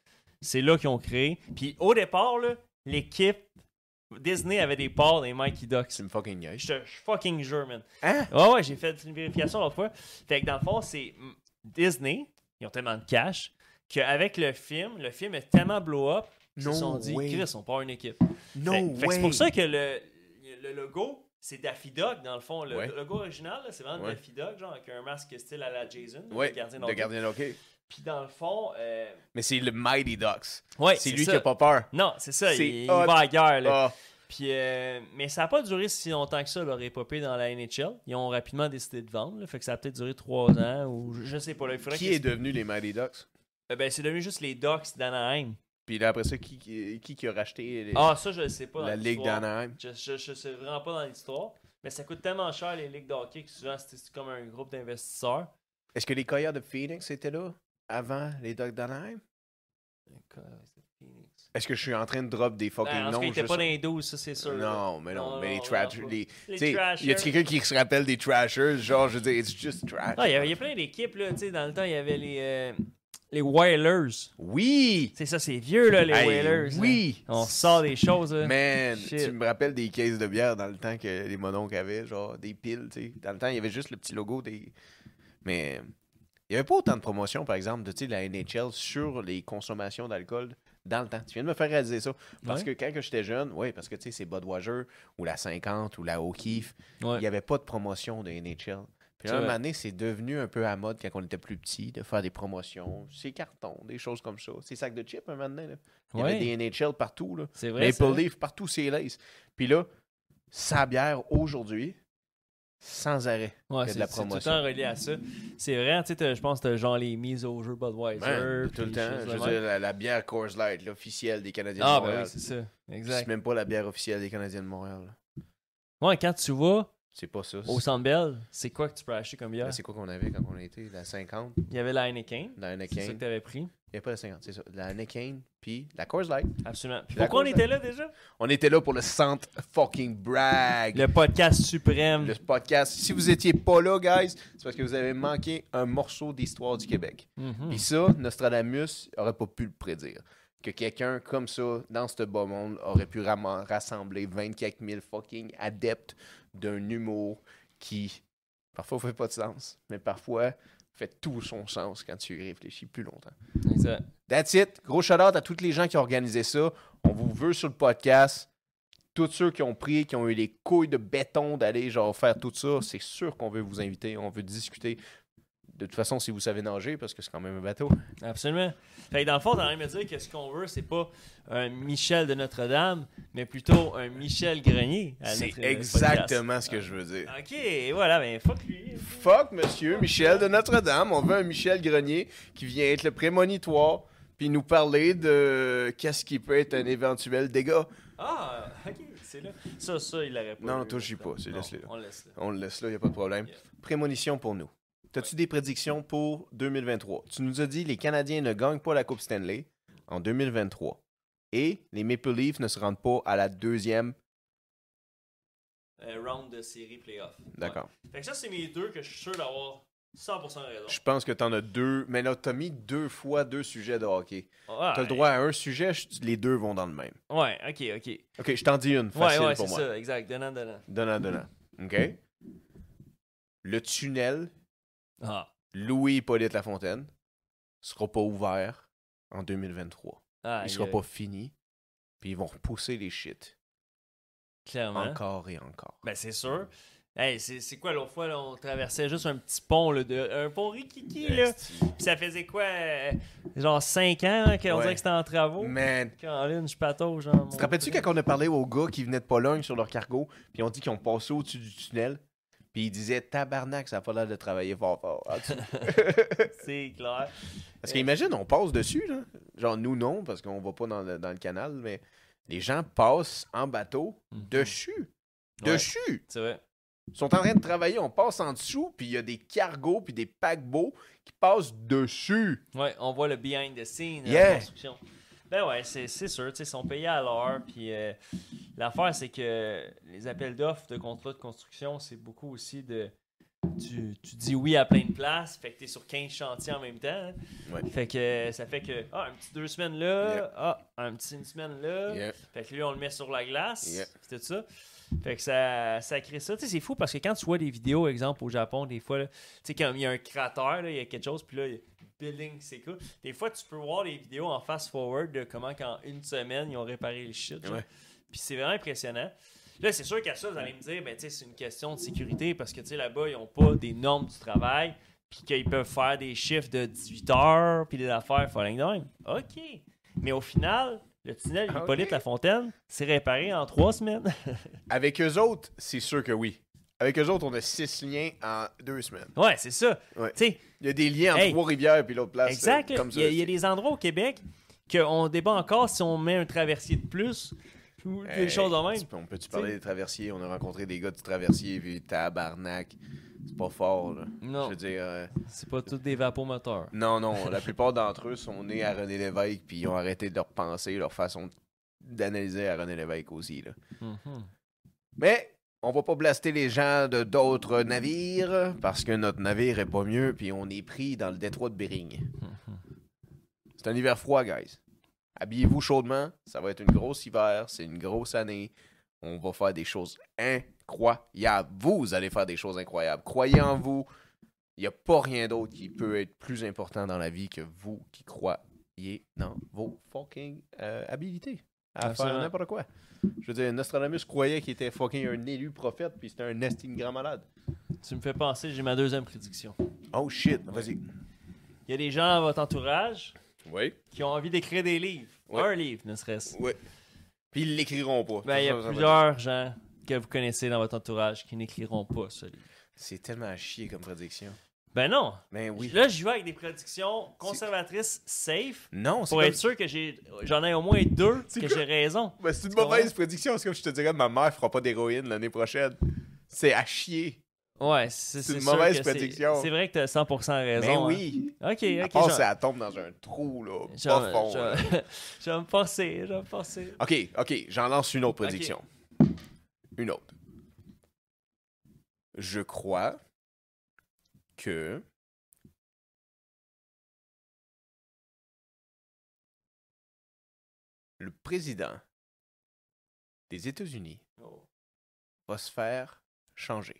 B: c'est là qu'ils ont créé. Puis au départ, là, l'équipe Disney avait des parts des Mikey Ducks.
A: C'est une fucking nièce.
B: Je te je fucking jure, man.
A: Hein?
B: Ouais, ouais, j'ai fait une vérification l'autre fois. Fait que dans le fond, c'est mm, Disney, ils ont tellement de cash qu'avec le film, le film est tellement blow-up qu'ils se
A: No
B: sont dit,
A: way.
B: Chris, on part une équipe.
A: No
B: Fait- fait que
A: way.
B: c'est pour ça que le, le logo, c'est Daffy Dog, dans le fond. Le,
A: Ouais.
B: le logo original, là, c'est vraiment
A: Ouais.
B: Daffy Dog, genre avec un masque style à la Jason,
A: Ouais,
B: le gardien
A: le
B: d'hockey.
A: gardien de hockey.
B: Puis dans le fond, euh,
A: Mais c'est le Mighty Ducks.
B: ouais,
A: c'est lui
B: ça.
A: qui a pas peur.
B: Non, c'est ça,
A: C'est
B: il, il
A: hot.
B: va à guerre. Là.
A: Ah,
B: Puis, euh, mais ça n'a pas duré si longtemps que ça, leur épopée dans la NHL. Ils ont rapidement décidé de vendre, là, fait que ça a peut-être duré trois ans ou je, je sais pas. Là, il faudrait
A: Hmm. qui
B: que-
A: est devenu les Mighty Ducks?
B: Euh, ben, c'est devenu juste les Ducks d'Anaheim.
A: Puis là, après ça, qui, qui, qui a racheté les-
B: Ah, ça, je le sais pas. dans
A: la Ligue
B: l'histoire.
A: d'Anaheim?
B: Je, je, je sais vraiment pas dans l'histoire, mais ça coûte tellement cher les ligues de hockey que souvent c'est c'est comme un groupe d'investisseurs.
A: Est-ce que les Coyotes de Phoenix étaient là avant les Ducks d'Anaheim? Est-ce que je suis en train de drop des fucking
B: Ah, Ben, en tout
A: noms?
B: cas, il était
A: juste-
B: pas dans les 12, ça c'est sûr. là.
A: Non, mais non,
B: Non,
A: mais les
B: non,
A: trash,
B: non,
A: les,
B: Les
A: t'sais, Y a
B: Trashers.
A: quelqu'un qui se rappelle des Trashers? Genre, je veux dire, it's just trash.
B: Ah, il y avait il y a plein d'équipes, là. tu sais, dans le temps, il y avait les, euh, les Whalers.
A: Oui!
B: C'est ça, c'est vieux, là, les
A: Hey,
B: Whalers. là.
A: oui!
B: On sort des choses, là.
A: Man,
B: Shit.
A: tu me rappelles des caisses de bière dans le temps que les mononcles avaient, genre des piles, tu sais. Dans le temps, il y avait juste le petit logo des. Mais il n'y avait pas autant de promotions, par exemple, de, tu sais, de la NHL sur les consommations d'alcool dans le temps. Tu viens de me faire réaliser ça. Parce
B: Ouais.
A: que quand que j'étais jeune, oui, parce que tu sais, c'est Budweiser ou la 50 ou la O'Keeffe,
B: Ouais.
A: il n'y avait pas de promotion de NHL. Puis
B: C'est
A: là, un
B: vrai.
A: moment donné, c'est devenu un peu à mode quand on était plus petit de faire des promotions, ces cartons, des choses comme ça, ces sacs de chips un moment donné. là. Il y
B: Ouais.
A: avait des NHL partout. Là.
B: C'est vrai. ça.
A: Maple Leaf, partout, c'est lace. Puis là, sa bière aujourd'hui, sans arrêt.
B: Ouais,
A: Il y a de
B: c'est
A: la
B: c'est tout le
A: promotion.
B: temps relié à ça. C'est vrai, tu sais, t'as- je pense que t'as genre les mises au jeu Budweiser.
A: Man,
B: puis
A: tout le
B: les
A: temps.
B: choses de
A: Je veux
B: même.
A: dire, la, la bière Coors Light, l'officielle des Canadiens
B: Ah,
A: de
B: ben
A: Montréal.
B: oui, c'est ça.
A: c'est
B: Exact.
A: même pas la bière officielle des Canadiens de Montréal. là.
B: Ouais, quand tu vas
A: C'est pas ça.
B: au
A: C'est-
B: Centre Bell, c'est quoi que tu peux acheter comme bière?
A: là, Ben, C'est quoi qu'on avait quand on était? La 50,
B: Il y avait la Heineken.
A: la
B: C'est ça
A: Heineken.
B: que t'avais pris.
A: Il n'y a pas la 50, c'est ça. La Heineken, puis la Coors Light.
B: Absolument. Puis
A: La
B: pourquoi on
A: cause-
B: était là déjà?
A: On était là pour le centre fucking brag.
B: Le podcast suprême.
A: le podcast. Si vous étiez pas là, guys, c'est parce que vous avez manqué un morceau d'histoire du Québec.
B: Mhm.
A: Puis ça, Nostradamus aurait pas pu le prédire. que quelqu'un comme ça, dans ce beau monde, aurait pu ram- rassembler 24 000 fucking adeptes d'un humour qui, parfois, fait pas de sens, mais parfois, fait tout son sens quand tu y réfléchis plus longtemps.
B: Exact.
A: That's it. Gros shout-out à toutes les gens qui ont organisé ça. On vous veut sur le podcast. Tous ceux qui ont pris, qui ont eu les couilles de béton d'aller genre faire tout ça, c'est sûr qu'on veut vous inviter. On veut discuter. De toute façon, si vous savez nager, parce que c'est quand même un bateau.
B: Absolument. Fait que dans le fond, t'as rien me dire que ce qu'on veut, c'est pas un Michel de Notre-Dame, mais plutôt un Michel Grenier. à
A: C'est
B: notre, euh,
A: exactement ce que je veux dire.
B: podcast. Ok, voilà, ben fuck lui.
A: Fuck Monsieur Michel de Notre-Dame. On veut un Michel Grenier qui vient être le prémonitoire puis nous parler de qu'est-ce qui peut être un éventuel dégât.
B: Ah, ok, c'est là. Ça, ça, il l'aurait pas.
A: Non,
B: eu,
A: toi, j'y
B: maintenant.
A: pas, c'est
B: Non,
A: laisse-le là.
B: On laisse là.
A: On le laisse là, il n'y a pas de problème.
B: Yeah.
A: Prémonition pour nous. As-tu des prédictions pour 2023? Tu nous as dit les Canadiens ne gagnent pas la Coupe Stanley en 2023 et les Maple Leafs ne se rendent pas à la deuxième.
B: Euh, round de série playoff. Ouais.
A: D'accord.
B: Fait que ça, c'est mes deux que je suis sûr d'avoir 100% raison.
A: Je pense que tu en as deux, mais là, tu as mis deux fois deux sujets de hockey.
B: Ouais.
A: Tu as le droit à un sujet, je- les deux vont dans le même.
B: Ouais, ok, ok.
A: OK, je t'en dis une, facile
B: ouais, ouais, c'est
A: pour moi.
B: ça, exact. Donnant, donnant.
A: Donnant, donnant. OK? Le tunnel
B: Ah.
A: Louis-Hippolyte Lafontaine sera pas ouvert en 2023.
B: ah
A: il sera pas fini. Puis ils vont repousser les shit.
B: Clairement.
A: Encore et encore.
B: Ben, c'est sûr. Hey, c'est c'est quoi l'autre fois, là, on traversait juste un petit pont, là, de, un pont rikiki, là.
A: Esti.
B: Puis ça faisait quoi, euh, genre 5 ans, hein, qu'on
A: Ouais.
B: dirait que c'était en travaux.
A: Man.
B: Caroline, je patauge, hein, genre.
A: Tu te rappelles-tu quand on a parlé aux gars qui venaient de Pologne sur leur cargo, puis on dit qu'ils ont passé au-dessus du tunnel, puis ils disaient tabarnak, ça a pas l'air de travailler fort fort. en dessous.
B: C'est clair.
A: parce
B: Euh.
A: qu'imagine, on passe dessus, là. Genre nous non, parce qu'on va pas dans le, dans le canal, mais les gens passent en bateau dessus.
B: Ouais.
A: Dessus!
B: C'est vrai.
A: Ils sont en train de travailler, on passe en dessous, puis il y a des cargos, puis des paquebots qui passent dessus.
B: Ouais, on voit le behind the scenes de la
A: Yeah.
B: construction. Ben ouais, c'est c'est sûr, tu sais, ils sont payés à l'heure. Puis euh, l'affaire, c'est que les appels d'offres de contrats de construction, c'est beaucoup aussi de. Tu, tu dis oui à plein de places, fait que t'es sur 15 chantiers en même temps. hein.
A: Ouais.
B: Fait que euh, ça fait que, ah, un petit deux semaines là,
A: Yeah.
B: ah, un petit une semaine là.
A: Yeah.
B: Fait que lui, on le met sur la glace.
A: Yeah.
B: pis Tout ça. Fait que ça, ça crée ça. Tu sais, c'est fou parce que quand tu vois des vidéos, exemple, au Japon, des fois, là, tu sais, quand il y a un cratère, là, il y a quelque chose, puis là, il y a building, c'est cool. Des fois, tu peux voir les vidéos en fast-forward de comment, qu'en une semaine, ils ont réparé le shit. genre.
A: Ouais.
B: Puis c'est vraiment impressionnant. Là, c'est sûr qu'à ça, vous allez me dire, ben, tu sais, c'est une question de sécurité parce que, tu sais, là-bas, ils n'ont pas des normes du travail, puis qu'ils peuvent faire des chiffres de 18 heures, puis des affaires, falling down. OK. Mais au final, le tunnel
A: Ah,
B: Hippolyte
A: ok.
B: Lafontaine s'est réparé en trois semaines.
A: Avec eux autres, c'est sûr que oui. Avec eux autres, on a six liens en deux semaines.
B: ouais, c'est ça.
A: Ouais.
B: Tu sais,
A: Il y a des liens entre
B: Hey.
A: Trois-Rivières puis l'autre place.
B: Exact.
A: euh,
B: là.
A: comme
B: il, y a, il y a des endroits au Québec qu'on débat encore si on met un traversier de plus ou des choses en même.
A: On peut-tu parler des traversiers? On a rencontré des gars du traversier, puis tabarnak. C'est pas fort, là.
B: Non.
A: Je veux dire... euh,
B: C'est pas tous des vapomoteurs.
A: Non, non. La plupart d'entre eux sont nés à René Lévesque, puis ils ont arrêté de leur penser, leur façon d'analyser à René Lévesque aussi, là. Mais on va pas blaster les gens de d'autres navires parce que notre navire est pas mieux puis on est pris dans le détroit de Bering. C'est un hiver froid, guys. Habillez-vous chaudement, ça va être une grosse hiver, c'est une grosse année. On va faire des choses incroyables. Vous allez faire des choses incroyables. Croyez en vous. Il n'y a pas rien d'autre qui peut être plus important dans la vie que vous qui croyez dans vos fucking euh, habilités à
B: Absolument.
A: faire n'importe quoi. Je veux dire, Nostradamus croyait qu'il était fucking un élu prophète, puis c'était un estime grand malade.
B: Tu me fais penser, j'ai ma deuxième prédiction.
A: Oh shit, vas-y.
B: Il y a des gens à votre entourage
A: Oui.
B: qui ont envie d'écrire des livres.
A: Ouais.
B: Un livre, ne serait-ce.
A: Oui. Puis ils l'écriront pas.
B: Ben, il y a plusieurs gens que vous connaissez dans votre entourage qui n'écriront pas ce livre.
A: C'est tellement à chier comme prédiction.
B: Ben non.
A: Ben oui.
B: Là, je vais avec des prédictions conservatrices safe
A: Non, c'est
B: pour
A: comme...
B: être sûr que j'ai j'en ai au moins deux
A: C'est
B: que
A: quoi?
B: j'ai raison.
A: Ben, c'est une
B: Tu
A: mauvaise
B: comprends?
A: prédiction. C'est comme je te dirais, ma mère fera pas d'héroïne l'année prochaine. C'est à chier.
B: Ouais, c'est
A: C'est une
B: sûr
A: mauvaise
B: que c'est-
A: prédiction.
B: C'est vrai que t'as 100% raison.
A: ben
B: hein.
A: oui.
B: Ok, ok.
A: à part,
B: je-
A: ça tombe dans un trou, là.
B: je-
A: profond.
B: je-
A: là.
B: je vais me forcer, je vais me forcer.
A: OK, OK, j'en lance une autre prédiction. Une autre. Je crois que le président des États-Unis va se faire changer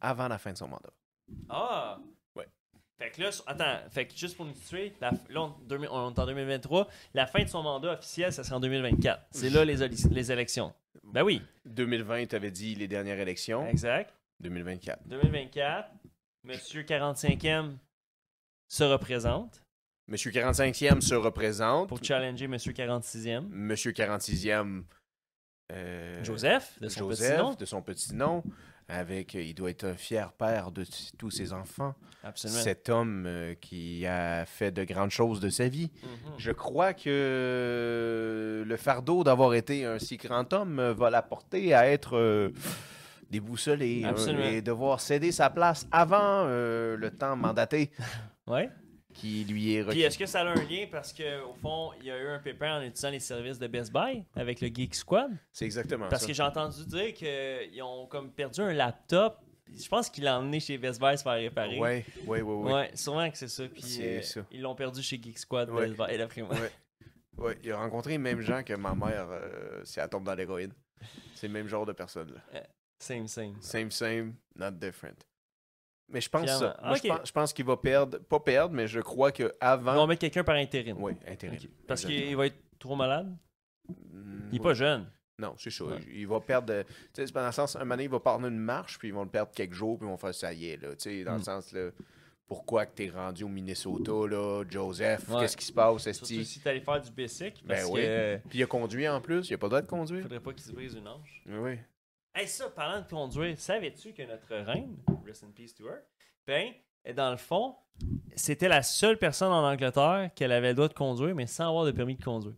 A: avant la fin de son mandat.
B: Ah!
A: Ouais.
B: Fait que là, sur- attends, fait que juste pour nous situer, la, là, on, 2000 on est en 2023, la fin de son mandat officiel, ça sera en 2024. C'est là les, oli- les élections. Ben oui.
A: 2020, tu avais dit les dernières élections.
B: Exact.
A: 2024.
B: 2024, Monsieur 45e se représente
A: Monsieur 45e se représente.
B: pour challenger Monsieur 46e.
A: Monsieur 46e. euh,
B: Joseph, de son
A: Joseph,
B: petit nom.
A: de son petit nom. Avec, euh, il doit être un fier père de t- tous ses enfants.
B: Absolument.
A: Cet homme euh, qui a fait de grandes choses de sa vie.
B: Mhm.
A: Je crois que le fardeau d'avoir été un si grand homme euh, va l'apporter à être euh, déboussolé euh,
B: Absolument.
A: et devoir céder sa place avant euh, le temps mandaté
B: Ouais.
A: qui lui est
B: Puis
A: requis.
B: est-ce que ça a un lien parce qu'au fond, il y a eu un pépin en utilisant les services de Best Buy avec le Geek Squad?
A: C'est exactement
B: euh, Parce
A: ça.
B: que j'ai entendu dire qu'ils ont comme perdu un laptop. Je pense qu'il l'a emmené chez Best Buy se faire réparer.
A: Ouais, ouais, ouais, ouais.
B: Ouais, sûrement que c'est ça. Puis
A: C'est
B: euh,
A: ça.
B: ils l'ont perdu chez Geek Squad,
A: Ouais.
B: Best Buy, d'après moi.
A: Ouais. Ouais, il a rencontré les mêmes gens que ma mère euh, si elle tombe dans l'héroïne. C'est le même genre de personne. Là.
B: Same, same.
A: Same, same, not different. Mais je pense
B: Clairement.
A: ça. Moi,
B: Ok.
A: je pense, je pense qu'il va perdre, pas perdre, mais je crois que
B: Ils vont
A: avant.
B: mettre quelqu'un par intérim.
A: Oui, intérim.
B: Ok. Parce
A: Exactement.
B: qu'il va être trop malade.
A: Mm,
B: Il est
A: ouais.
B: pas jeune.
A: Non, c'est ça.
B: Ouais.
A: Il il va perdre. de- Tu sais, c'est dans le sens, un moment donné, il va prendre une marche, puis ils vont le perdre quelques jours, puis ils vont faire ça y est, là. Tu sais, dans le
B: Mm.
A: sens, là, pourquoi que t'es rendu au Minnesota, là, Joseph,
B: Ouais.
A: qu'est-ce qui se passe,
B: Surtout
A: Esti?
B: si t'allais faire du basic.
A: Ben
B: Parce
A: oui.
B: que
A: Puis il a conduit en plus, il a pas le droit de conduire.
B: faudrait pas qu'il se brise une hanche.
A: Oui, oui.
B: Hey, ça, parlant de conduire, savais-tu que notre reine, rest in peace to her, ben, dans le fond, c'était la seule personne en Angleterre qu'elle avait le droit de conduire, mais sans avoir de permis de conduire.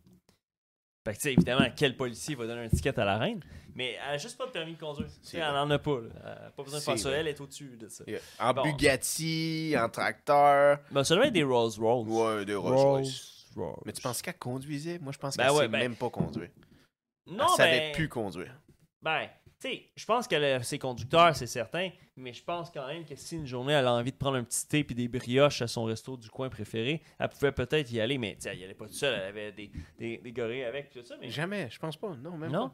B: Fait que, tu sais, évidemment, quel policier va donner un ticket à la reine, mais elle a juste pas de permis de conduire. Tu sais,
A: C'est
B: elle
A: vrai.
B: en a pas, là. Elle a pas besoin de faire
A: C'est
B: ça.
A: vrai.
B: Elle est au-dessus de ça.
A: Il a- En
B: Bon.
A: Bugatti, en tracteur.
B: Ben, ça doit être des Rolls Royce.
A: Ouais, des Rolls Royce. Mais tu penses qu'elle conduisait? Moi, je pense
B: Ben
A: qu'elle
B: ouais,
A: sait
B: ben-
A: même pas conduire.
B: Non,
A: elle savait
B: ben,
A: plus conduire.
B: Ben, tu sais, je pense qu'elle a ses conducteurs, c'est certain, mais je pense quand même que si une journée elle a envie de prendre un petit thé puis des brioches à son resto du coin préféré, elle pouvait peut-être y aller, mais tu sais, elle y allait pas toute seule, elle avait des, des, des gorilles avec puis tout ça, mais.
A: Jamais, je pense pas. Non, même
B: non?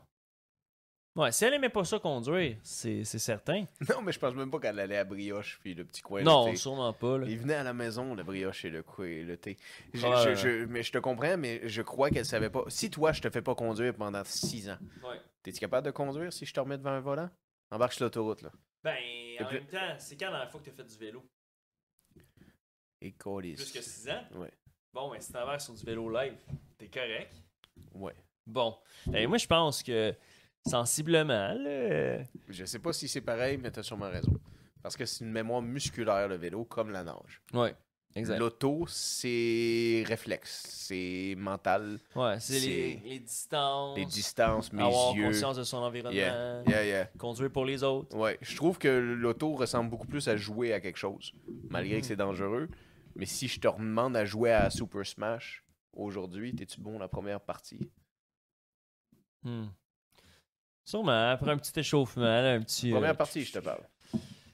B: Ouais, si elle aimait pas ça conduire, c'est c'est certain.
A: pas. Non, mais je pense même pas qu'elle allait à Brioche puis Ben, le petit coin.
B: non,
A: le thé.
B: sûrement pas, là.
A: Il venait à la maison, le brioche et le, cou- et le thé. Je,
B: Ouais.
A: je- je- mais je te comprends, mais je crois qu'elle savait pas. Si toi, je te fais pas conduire pendant six ans,
B: Ouais.
A: t'es-tu capable de conduire si je te remets devant un volant? Embarque sur l'autoroute, là.
B: Ben,
A: Et
B: en
A: puis-
B: même temps, c'est quand la dernière fois que t'as fait du vélo?
A: Et colis.
B: Plus que 6 ans?
A: Ouais.
B: Bon, ben, si t'en vas sur du vélo live, t'es correct.
A: Ouais.
B: Bon. Ben, moi, je pense que sensiblement, là.
A: Je sais pas si c'est pareil, mais t'as sûrement raison. Parce que c'est une mémoire musculaire, le vélo, comme la nage.
B: Ouais.
A: L'auto, c'est réflexe, c'est mental,
B: Ouais, c'est les,
A: C'est-
B: les distances,
A: les distances, mes
B: avoir
A: yeux.
B: conscience de son environnement,
A: Yeah, yeah, yeah.
B: conduire pour les autres.
A: Ouais, je trouve que l'auto ressemble beaucoup plus à jouer à quelque chose, malgré que c'est dangereux. Mais si je te demande à jouer à Super Smash aujourd'hui, t'es-tu bon la première partie?
B: Hmm. Sûrement, après un petit échauffement, là, un petit... euh,
A: Première partie, je te parle.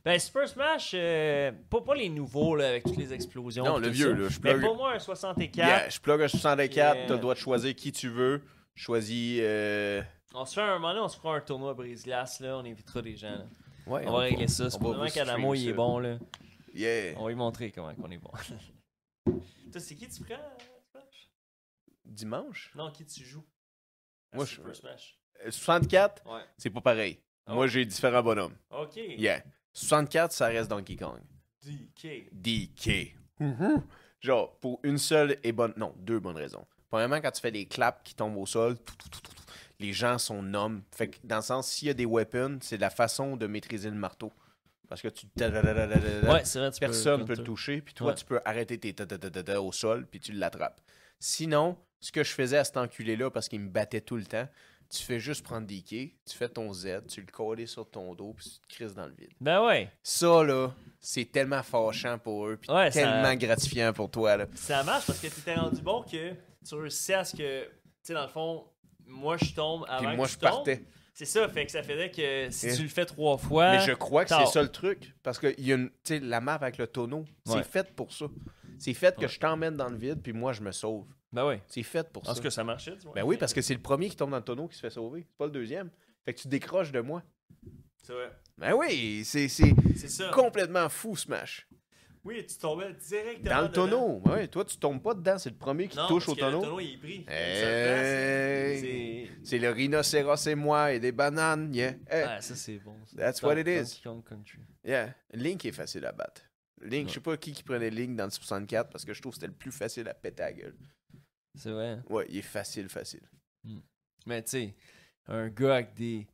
B: Ben, Super Smash, euh, pas, pas les nouveaux, là, avec toutes les explosions.
A: Non,
B: pis
A: le
B: tout
A: vieux,
B: ça.
A: là, je
B: Mais euh,
A: plug,
B: pour moi, un 64,
A: Yeah, je plug un 64,
B: Yeah.
A: t'as le droit de choisir qui tu veux. Choisis. euh,
B: on se fait un moment, là, on se fera un tournoi brise-glace, là, on évitera les gens, là.
A: Ouais,
B: On va régler ça, c'est
A: on va
B: probablement
A: vous stream
B: qu'Adamo, il est
A: ça.
B: bon, là.
A: Yeah.
B: On va lui montrer comment on est bon. Toi, c'est qui tu prends, euh, Smash?
A: Dimanche?
B: Non, qui tu joues? à
A: Moi, je-
B: Super Smash.
A: Euh, 64,
B: Ouais.
A: c'est pas pareil.
B: Oh.
A: Moi, j'ai différents bonhommes.
B: OK.
A: Yeah. 64, ça reste Donkey Kong.
B: DK.
A: DK.
B: Mm-hmm.
A: Genre, pour une seule et bonne. Non, deux bonnes raisons. Premièrement, quand tu fais des claps qui tombent au sol, tout, tout, tout, tout, tout, les gens sont noms. Fait que, dans le sens, s'il y a des weapons, c'est la façon de maîtriser le marteau. Parce que tu.
B: Ouais, c'est vrai, tu peux-
A: Personne
B: tu
A: peut
B: peux
A: le toucher, puis toi,
B: Ouais.
A: tu peux arrêter tes ta-ta-ta-ta-ta au sol, puis tu l'attrapes. Sinon, ce que je faisais à cet enculé-là, parce qu'il me battait tout le temps, tu fais juste prendre des quais, tu fais ton Z, tu le colles sur ton dos, puis tu te crises dans le vide.
B: Ben ouais,
A: Ça, là, c'est tellement fâchant pour eux, puis
B: Ouais, ça-
A: tellement gratifiant pour toi, là.
B: ça marche parce que tu t'es rendu bon que tu réussissais à ce que, tu sais, dans le fond, moi je tombe avant
A: Puis
B: que
A: moi,
B: tu
A: je
B: tombes.
A: partais.
B: C'est ça, fait que ça faisait que si
A: Et-
B: tu le fais trois fois.
A: Mais je crois que c'est
B: hein, tard.
A: ça le truc, parce que il y a une- tu sais, la map avec le tonneau, c'est
B: Ouais.
A: fait pour ça. C'est fait que
B: Ouais.
A: je t'emmène dans le vide, puis moi, je me sauve.
B: Ben oui.
A: C'est fait pour
B: En
A: ça.
B: ce que ça marchait, tu vois.
A: Ben oui, parce que c'est le premier qui tombe dans le tonneau qui se fait sauver. C'est pas le deuxième. Fait que tu décroches de moi.
B: C'est vrai.
A: Ben oui, c'est c'est
B: C'est ça.
A: complètement fou, Smash.
B: Oui, tu tombais directement.
A: Dans le
B: dedans.
A: tonneau. Ben oui, toi, tu tombes pas dedans. C'est le premier qui
B: Non,
A: touche
B: parce
A: au
B: que Le
A: tonneau. Eh.
B: tonneau, il est pris.
A: Hey.
B: C'est.
A: C'est le rhinocéros et moi et des bananes. Yeah. Eh,
B: Ah, ça, c'est bon. ça.
A: That's what it
B: Don-
A: is.
B: Donkey Kong Country.
A: yeah. Link est facile à battre. Link,
B: Ouais.
A: je sais pas qui, qui prenait Link dans le 64 parce que je trouve que c'était le plus facile à péter à la gueule.
B: C'est vrai.
A: Ouais, il est facile, facile.
B: Mais tu sais, un gars avec des,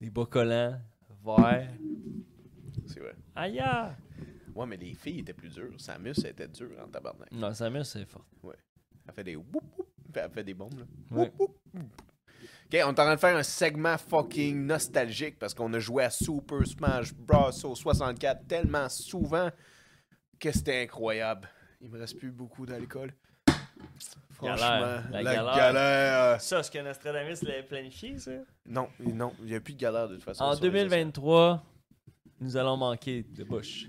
B: des bas collants, verts.
A: C'est vrai.
B: Aïe!
A: Ouais, mais les filles étaient plus dures. Samus elle était dure en tabarnak.
B: Non, Samuel, c'est fort.
A: Elle fait des whoop, whoop, puis elle fait des bombes, là.
B: Ouais.
A: Whoop, whoop, whoop. Ok, on est en train de faire un segment fucking nostalgique parce qu'on a joué à Super Smash Bros. au 64 tellement souvent que c'était incroyable. Il me reste plus beaucoup d'alcool. Franchement,
B: Galère,
A: la,
B: la
A: galère.
B: galère. Ça, est-ce que Nostradamus l'avait planifié, ça?
A: Non, non, il n'y a plus de galère de toute façon.
B: En
A: sur les
B: 2023, nous allons manquer de bouche.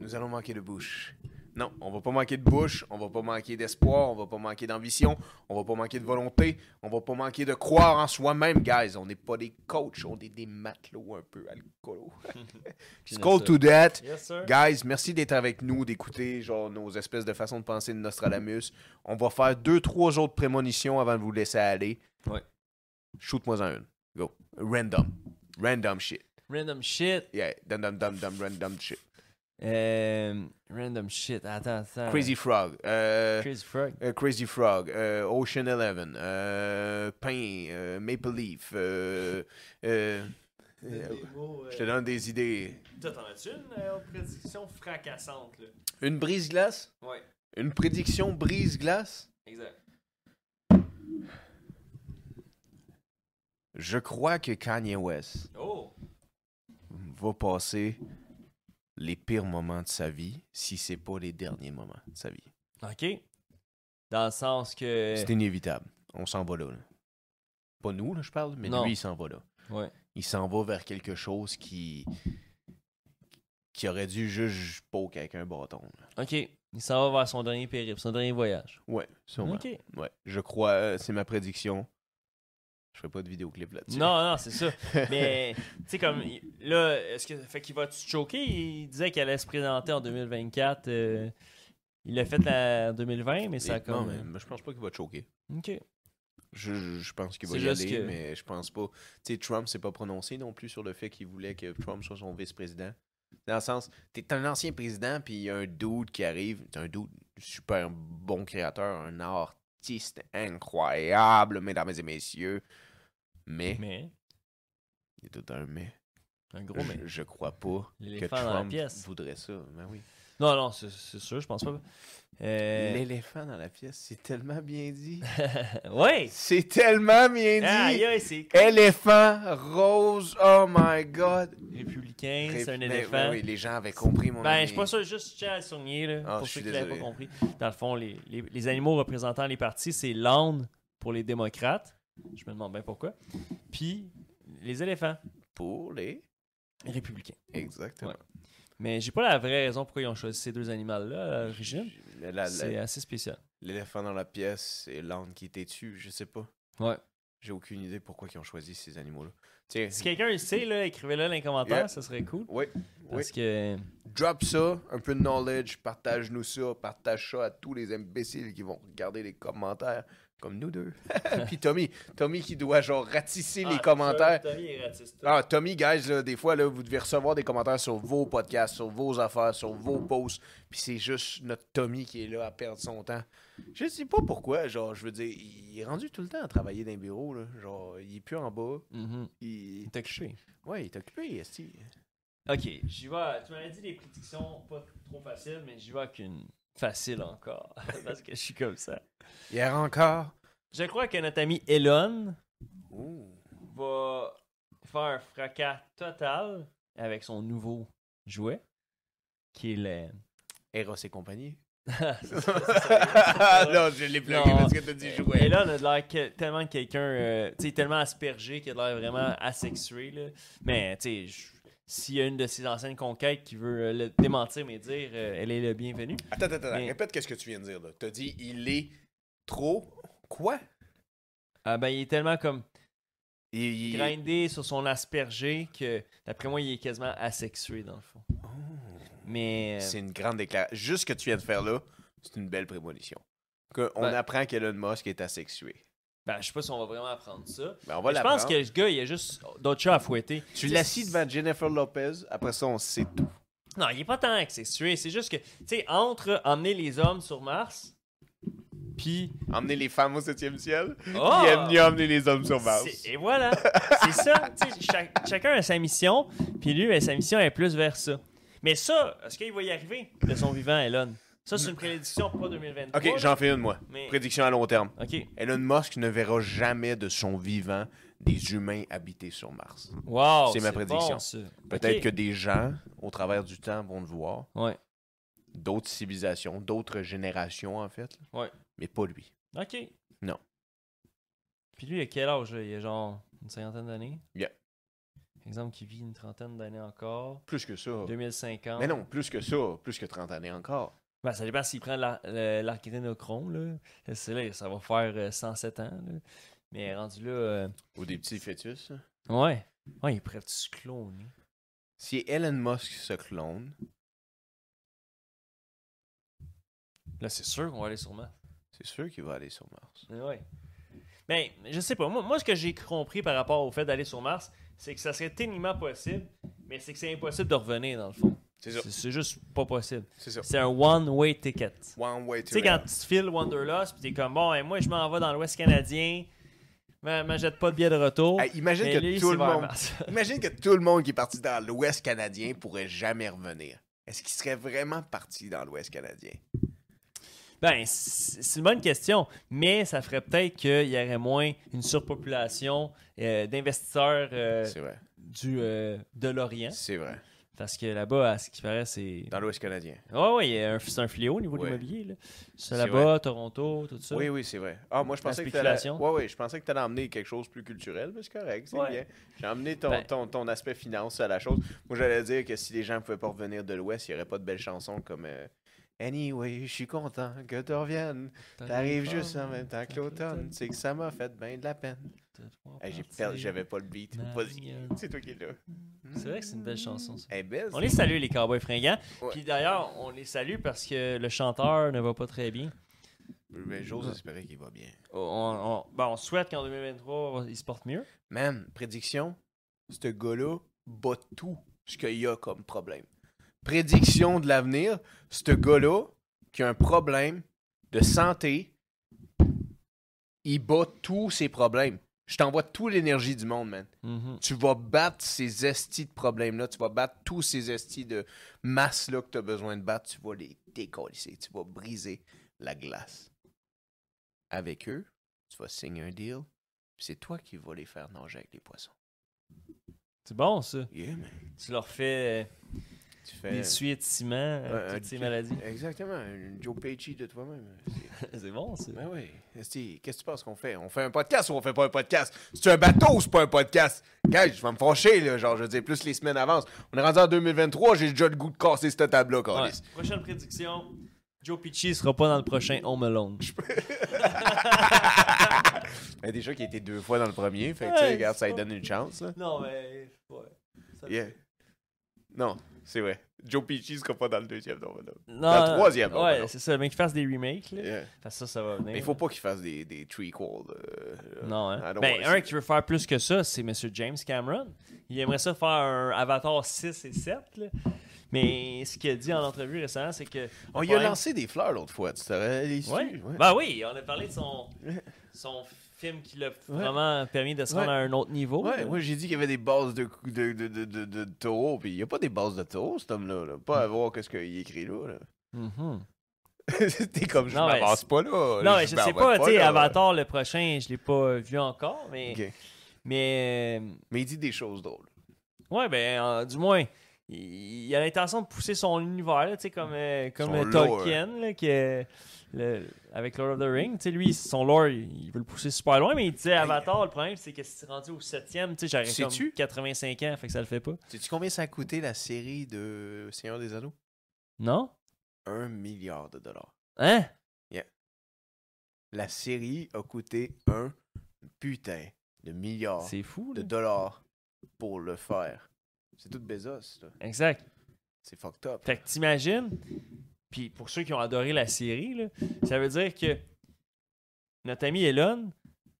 A: Nous allons manquer de bouche. Non, on va pas manquer de bouche, on va pas manquer d'espoir, on va pas manquer d'ambition, on va pas manquer de volonté, on va pas manquer de croire en soi-même, guys. On n'est pas des coachs, on est des matelots un peu alcoolos. Skull to that.
B: Yes, sir.
A: Guys, merci d'être avec nous, d'écouter genre nos espèces de façons de penser de Nostradamus. On va faire deux, trois autres prémonitions avant de vous laisser aller.
B: Ouais.
A: Shoot-moi en une. Go. Random. Random shit.
B: Random shit.
A: Yeah. Dum dum dum dum random shit.
B: Euh, random shit. Attends, attends.
A: Crazy Frog. Euh,
B: Crazy Frog.
A: Euh, Crazy Frog, euh, Ocean Eleven, euh, Pain, euh, Maple Leaf. euh, euh, euh, je te donne des idées.
B: Toi, t'en as-tu une euh, prédiction fracassante, là?
A: Une brise glace
B: Ouais,
A: Une prédiction brise glace
B: exact.
A: Je crois que Kanye West
B: Oh!
A: va passer les pires moments de sa vie, si c'est pas les derniers moments de sa vie.
B: OK. Dans le sens que...
A: C'est inévitable. On s'en va là. là. Pas nous, là, je parle, mais
B: Non.
A: lui, il s'en va là.
B: Ouais.
A: il s'en va vers quelque chose qui qui aurait dû juste poke avec un bâton. là.
B: OK. Il s'en va vers son dernier périple, son dernier voyage.
A: Ouais, sûrement.
B: OK.
A: Ouais, je crois, euh, c'est ma prédiction. Je ferai pas de vidéoclip là-dessus.
B: Non, non, c'est ça. Mais, tu sais, comme, il- là, est-ce que fait qu'il va te choquer? Il disait qu'elle allait se présenter en 2024. euh, il l'a fait la- en 2020, mais ça a
A: Et- non,
B: comme... euh,
A: mais- mais je pense pas qu'il va te choquer.
B: OK.
A: Je, je- je pense qu'il va
B: C'est
A: y
B: juste
A: aller,
B: que-
A: mais je pense pas. Tu sais, Trump s'est pas prononcé non plus sur le fait qu'il voulait que Trump soit son vice-président. Dans le sens, t'es un ancien président, puis il y a un dude qui arrive, t'es un dude super bon créateur, un artiste incroyable, mesdames et messieurs. Mais,
B: Mais,
A: il y a tout un mais.
B: un gros mais.
A: Je, je crois pas que
B: L'éléphant dans la
A: Trump
B: pièce.
A: voudrait ça. Ben oui.
B: Non, non, c'est c'est sûr, je pense pas. Euh...
A: L'éléphant dans la pièce, c'est tellement bien dit.
B: ouais!
A: c'est tellement bien dit.
B: Aïe, aïe, c'est
A: Éléphant rose, oh my god.
B: républicain, c'est un
A: Mais-
B: éléphant.
A: mais ben, oui, les gens avaient compris mon
B: Ben,
A: ami.
B: je suis pas sûr, juste je tiens à le souligner, là,
A: Ah,
B: pour
A: je
B: ceux
A: suis
B: qui l'avaient pas
A: désolé.
B: compris. Dans le fond, les, les- les animaux représentant les partis, c'est l'âne pour les démocrates. Je me demande bien pourquoi. Puis, les éléphants,
A: Pour les.
B: républicains.
A: Exactement.
B: Ouais. Mais j'ai pas la vraie raison pourquoi ils ont choisi ces deux animaux-là à l'origine.
A: La- la-
B: C'est assez spécial.
A: L'éléphant dans la pièce et l'âne qui était dessus, je sais pas.
B: Ouais.
A: J'ai aucune idée pourquoi ils ont choisi ces animaux-là. Tiens.
B: Si quelqu'un le sait, là, écrivez-le dans les commentaires,
A: Yeah.
B: ça serait cool.
A: Oui, oui.
B: Parce que.
A: Drop ça, un peu de knowledge, partage-nous ça, partage ça à tous les imbéciles qui vont regarder les commentaires, comme nous deux. Puis Tommy, Tommy qui doit genre ratisser
B: Ah,
A: les commentaires. Ah, Tommy, guys, là, des fois, là, vous devez recevoir des commentaires sur vos podcasts, sur vos affaires, sur vos posts. Puis c'est juste notre Tommy qui est là à perdre son temps. Je sais pas pourquoi, genre, je veux dire, il est rendu tout le temps à travailler dans un bureau, là. Genre, il est plus en bas.
B: Mhm.
A: Il...
B: Il t'a couché.
A: Ouais, il est occupé, esti.
B: Ok, j'y vais. Tu m'avais dit des prédictions pas trop faciles, mais j'y vais avec une facile encore. parce que je suis comme ça.
A: Hier encore.
B: Je crois que notre ami Elon
A: Ouh.
B: va faire un fracas total avec son nouveau jouet, qui est le.
A: Eros et compagnie.
B: C'est ça, c'est ça.
A: non, je l'ai bloqué
B: Non.
A: parce que t'as dit jouer.
B: Elon a de l'air que- tellement de quelqu'un, euh, tu sais, tellement aspergé qu'il a de l'air vraiment asexué. Là. Mais, tu sais, je- s'il y a une de ses anciennes conquêtes qui veut euh, le démentir, mais dire euh, elle est le bienvenu.
A: Attends, attends, attends.
B: Mais-
A: Répète qu'est-ce que tu viens de dire, là. T'as dit, il est trop... Quoi?
B: Ah ben, il est tellement comme
A: Il, il-
B: grindé sur son aspergé que, d'après moi, il est quasiment asexué, dans le fond.
A: Oh.
B: Mais. euh,
A: C'est une grande déclaration. Juste ce que tu viens de faire, là, c'est une belle prémonition. Que on
B: Ben-
A: apprend qu'Elon Musk est asexué.
B: Ben, je sais pas si on va vraiment apprendre ça.
A: Ben, on va
B: je pense
A: l'apprendre.
B: que le gars, il a juste d'autres chats à fouetter.
A: Tu l'assis devant Jennifer Lopez, après ça, on sait tout.
B: Non, il est pas tant asexué. C'est juste que, tu sais, entre emmener les hommes sur Mars, puis.
A: Emmener les femmes au septième ciel,
B: Oh!
A: il aime mieux emmener les hommes sur Mars.
B: C'est- Et voilà, c'est ça. Tu sais, chaque- chacun a sa mission, puis lui, ben, sa mission est plus vers ça. Mais ça, est-ce qu'il va y arriver de son vivant, Elon? Ça, c'est une prédiction pour pas 2023.
A: OK, j'en fais une, moi.
B: Mais-
A: Prédiction à long terme.
B: OK.
A: Elon Musk ne verra jamais de son vivant des humains habités sur Mars.
B: Wow.
A: C'est ma prédiction.
B: bon, ça.
A: Peut-être
B: Ok.
A: que des gens, au travers du temps, vont le voir.
B: Ouais.
A: D'autres civilisations, d'autres générations, en fait. là.
B: Ouais.
A: Mais pas lui.
B: OK.
A: Non.
B: Puis lui, il a quel âge? là? Il a genre une cinquantaine d'années?
A: Yeah.
B: Exemple qui vit une trentaine d'années encore.
A: Plus que ça.
B: 2050.
A: Oh. Mais non, plus que ça. Plus que 30 années encore.
B: Ben, ça dépend s'il prend la- le- l'archidénochrome, là. C'est là, ça va faire euh, 107 ans, là. Mais rendu là... euh,
A: Ou des petits fœtus. là.
B: Ouais. Ouais, il est prêt à se cloner.
A: Si Elon Musk se clone,
B: Là, c'est sûr qu'on va aller sur Mars.
A: c'est sûr qu'il va aller sur Mars.
B: Mais Ouais. Ben, je sais pas. Moi, moi, ce que j'ai compris par rapport au fait d'aller sur Mars, c'est que ça serait techniquement possible, mais c'est que c'est impossible de revenir, dans le fond.
A: C'est
B: C'est c'est juste pas possible.
A: C'est ça.
B: C'est un one-way ticket. Tu
A: One way to
B: sais, quand tu te files Wanderlust, puis t'es comme, bon, hein, moi, je m'en vais dans l'Ouest canadien, mais mais jette pas de billet de retour.
A: Hey, imagine
B: Mais
A: que
B: lui,
A: tout
B: c'est
A: le
B: vers
A: monde-
B: Mars.
A: Imagine que tout le monde qui est parti dans l'Ouest canadien pourrait jamais revenir. Est-ce qu'il serait vraiment parti dans l'Ouest canadien?
B: Ben, c- c'est une bonne question, mais ça ferait peut-être qu'il y aurait moins une surpopulation euh, d'investisseurs euh,
A: C'est vrai.
B: du, euh, de l'Orient.
A: C'est vrai.
B: Parce que là-bas, à ce qui paraît, c'est.
A: Dans l'Ouest canadien.
B: Ouais, ouais, il y a un- c'est un fléau au niveau
A: Ouais.
B: de l'immobilier. là. C'est
A: C'est
B: là-bas, Toronto, tout ça.
A: Oui, oui, c'est vrai. Ah, moi, je
B: La
A: pensais que tu
B: spéculation.
A: Ouais, ouais, je pensais que tu allais emmener quelque chose de plus culturel, mais c'est correct, c'est
B: Ouais.
A: bien. J'ai emmené ton,
B: Ben.
A: ton, ton aspect finance à la chose. Moi, j'allais dire que si les gens ne pouvaient pas revenir de l'Ouest, il n'y aurait pas de belles chansons comme euh, Anyway, je suis content que tu reviennes. T'arrives juste en même temps que l'automne. C'est que ça m'a fait bien de la peine. Hey, j'ai perdu- J'avais pas le beat. Vas-y. C'est toi qui es là. Eh, ben,
B: C'est vrai que c'est une belle chanson, ça.
A: Elle est belle.
B: On les salue, les cowboys fringants.
A: Ouais.
B: Puis d'ailleurs, on les salue parce que le chanteur ne va pas très bien.
A: Mais ben, j'ose espérer qu'il va bien.
B: On, on- ben, on souhaite qu'en 2023, il se porte mieux.
A: Man, prédiction, ce gars-là bat tout ce qu'il y a comme problème. Prédiction de l'avenir, ce gars-là qui a un problème de santé, il bat tous ses problèmes. Je t'envoie toute l'énergie du monde, man.
B: Mhm.
A: Tu vas battre ces estis de problèmes-là, tu vas battre tous ces estis de masse-là que tu as besoin de battre, tu vas les décolisser, tu vas briser la glace. Avec eux, tu vas signer un deal, puis c'est toi qui vas les faire nager avec les poissons.
B: C'est bon, ça.
A: Yeah, man.
B: Tu leur fais euh, ben,
A: Tu fais.
B: des suies de ciment, euh,
A: un-
B: toutes ces
A: un-
B: maladies.
A: Exactement, un Joe Pesci de toi-même. C'est-
B: c'est bon, ça.
A: ben oui. Esti, Qu'est-ce que tu penses qu'on fait? On fait un podcast ou on fait pas un podcast? C'est un bateau ou c'est pas un podcast? Gars, je vais me fâcher, là. Genre, je veux dire, plus les semaines avancent. On est rendu en 2023, j'ai déjà le goût de casser cette table-là,
B: Ouais.
A: câlisse.
B: Prochaine prédiction. Joe Pitchy sera pas dans le prochain Home Alone.
A: Mais Ben, déjà qu'il a été deux fois dans le premier, fait que,
B: Ouais,
A: tu sais, regarde,
B: c'est
A: ça lui
B: pas-
A: donne une chance, là.
B: Non, mais. Ouais. Ça-
A: Yeah. Non, c'est vrai. Joe Pesci sera pas dans le deuxième, non, non.
B: Non,
A: Dans le
B: non,
A: troisième Home
B: Ouais,
A: Alone.
B: c'est ça. Mais qu'ils fassent des remakes, là.
A: Yeah.
B: Parce que ça, ça va venir.
A: Mais il faut pas qu'il fasse des, des trequels. euh,
B: Non,
A: I
B: hein.
A: don't
B: Ben,
A: wanna
B: un
A: see
B: qui veut faire plus que ça, c'est M. James Cameron. Il aimerait ça faire un Avatar 6 et 7, là. Mais ce qu'il a dit en entrevue récemment, c'est que.
A: On
B: le
A: lui Oh, a
B: problème-
A: lancé des fleurs l'autre fois, tu te rappelles?
B: Ouais.
A: Ouais.
B: Ben oui, on a parlé de son,
A: Ouais.
B: son film qui l'a vraiment permis de se
A: Ouais.
B: rendre à un autre niveau.
A: Ouais,
B: là.
A: moi j'ai dit qu'il y avait des bases de, cou- de, de, de, de, de taureau, puis il n'y a pas des bases de taureau, cet homme-là. là. Pas
B: Hmm.
A: à voir qu'est-ce qu'il écrit là. là.
B: Mhm.
A: T'es comme, je
B: Non, mais
A: m'avance
B: c'est-
A: pas là.
B: Non, mais je sais
A: m'avance
B: pas, tu sais,
A: là.
B: Avatar, le prochain, je l'ai pas vu encore, mais.
A: Ok.
B: Mais. euh,
A: Mais il dit des choses drôles.
B: Ouais, ben, euh, du moins, il, il a l'intention de pousser son univers, là, tu sais, comme, euh, comme
A: Son
B: euh, Tolkien, là, qui est- le- avec Lord of the Ring. Tu sais, lui, son lore, il, il veut le pousser super loin, mais il disait Avatar, le problème, c'est que si t'es rendu au 7 tu sais, j'aurais comme
A: Sais-tu?
B: 85 ans, fait que ça le fait pas.
A: Sais-tu combien ça a coûté la série de Seigneur des Anneaux?
B: Non?
A: Un milliard de dollars.
B: Hein?
A: La série a coûté un putain de milliard
B: C'est fou,
A: Ah. de
B: là.
A: dollars pour le faire. C'est tout Bezos, là.
B: Exact.
A: C'est fucked up.
B: Fait que t'imagines, puis pour ceux qui ont adoré la série, là, ça veut dire que notre ami Elon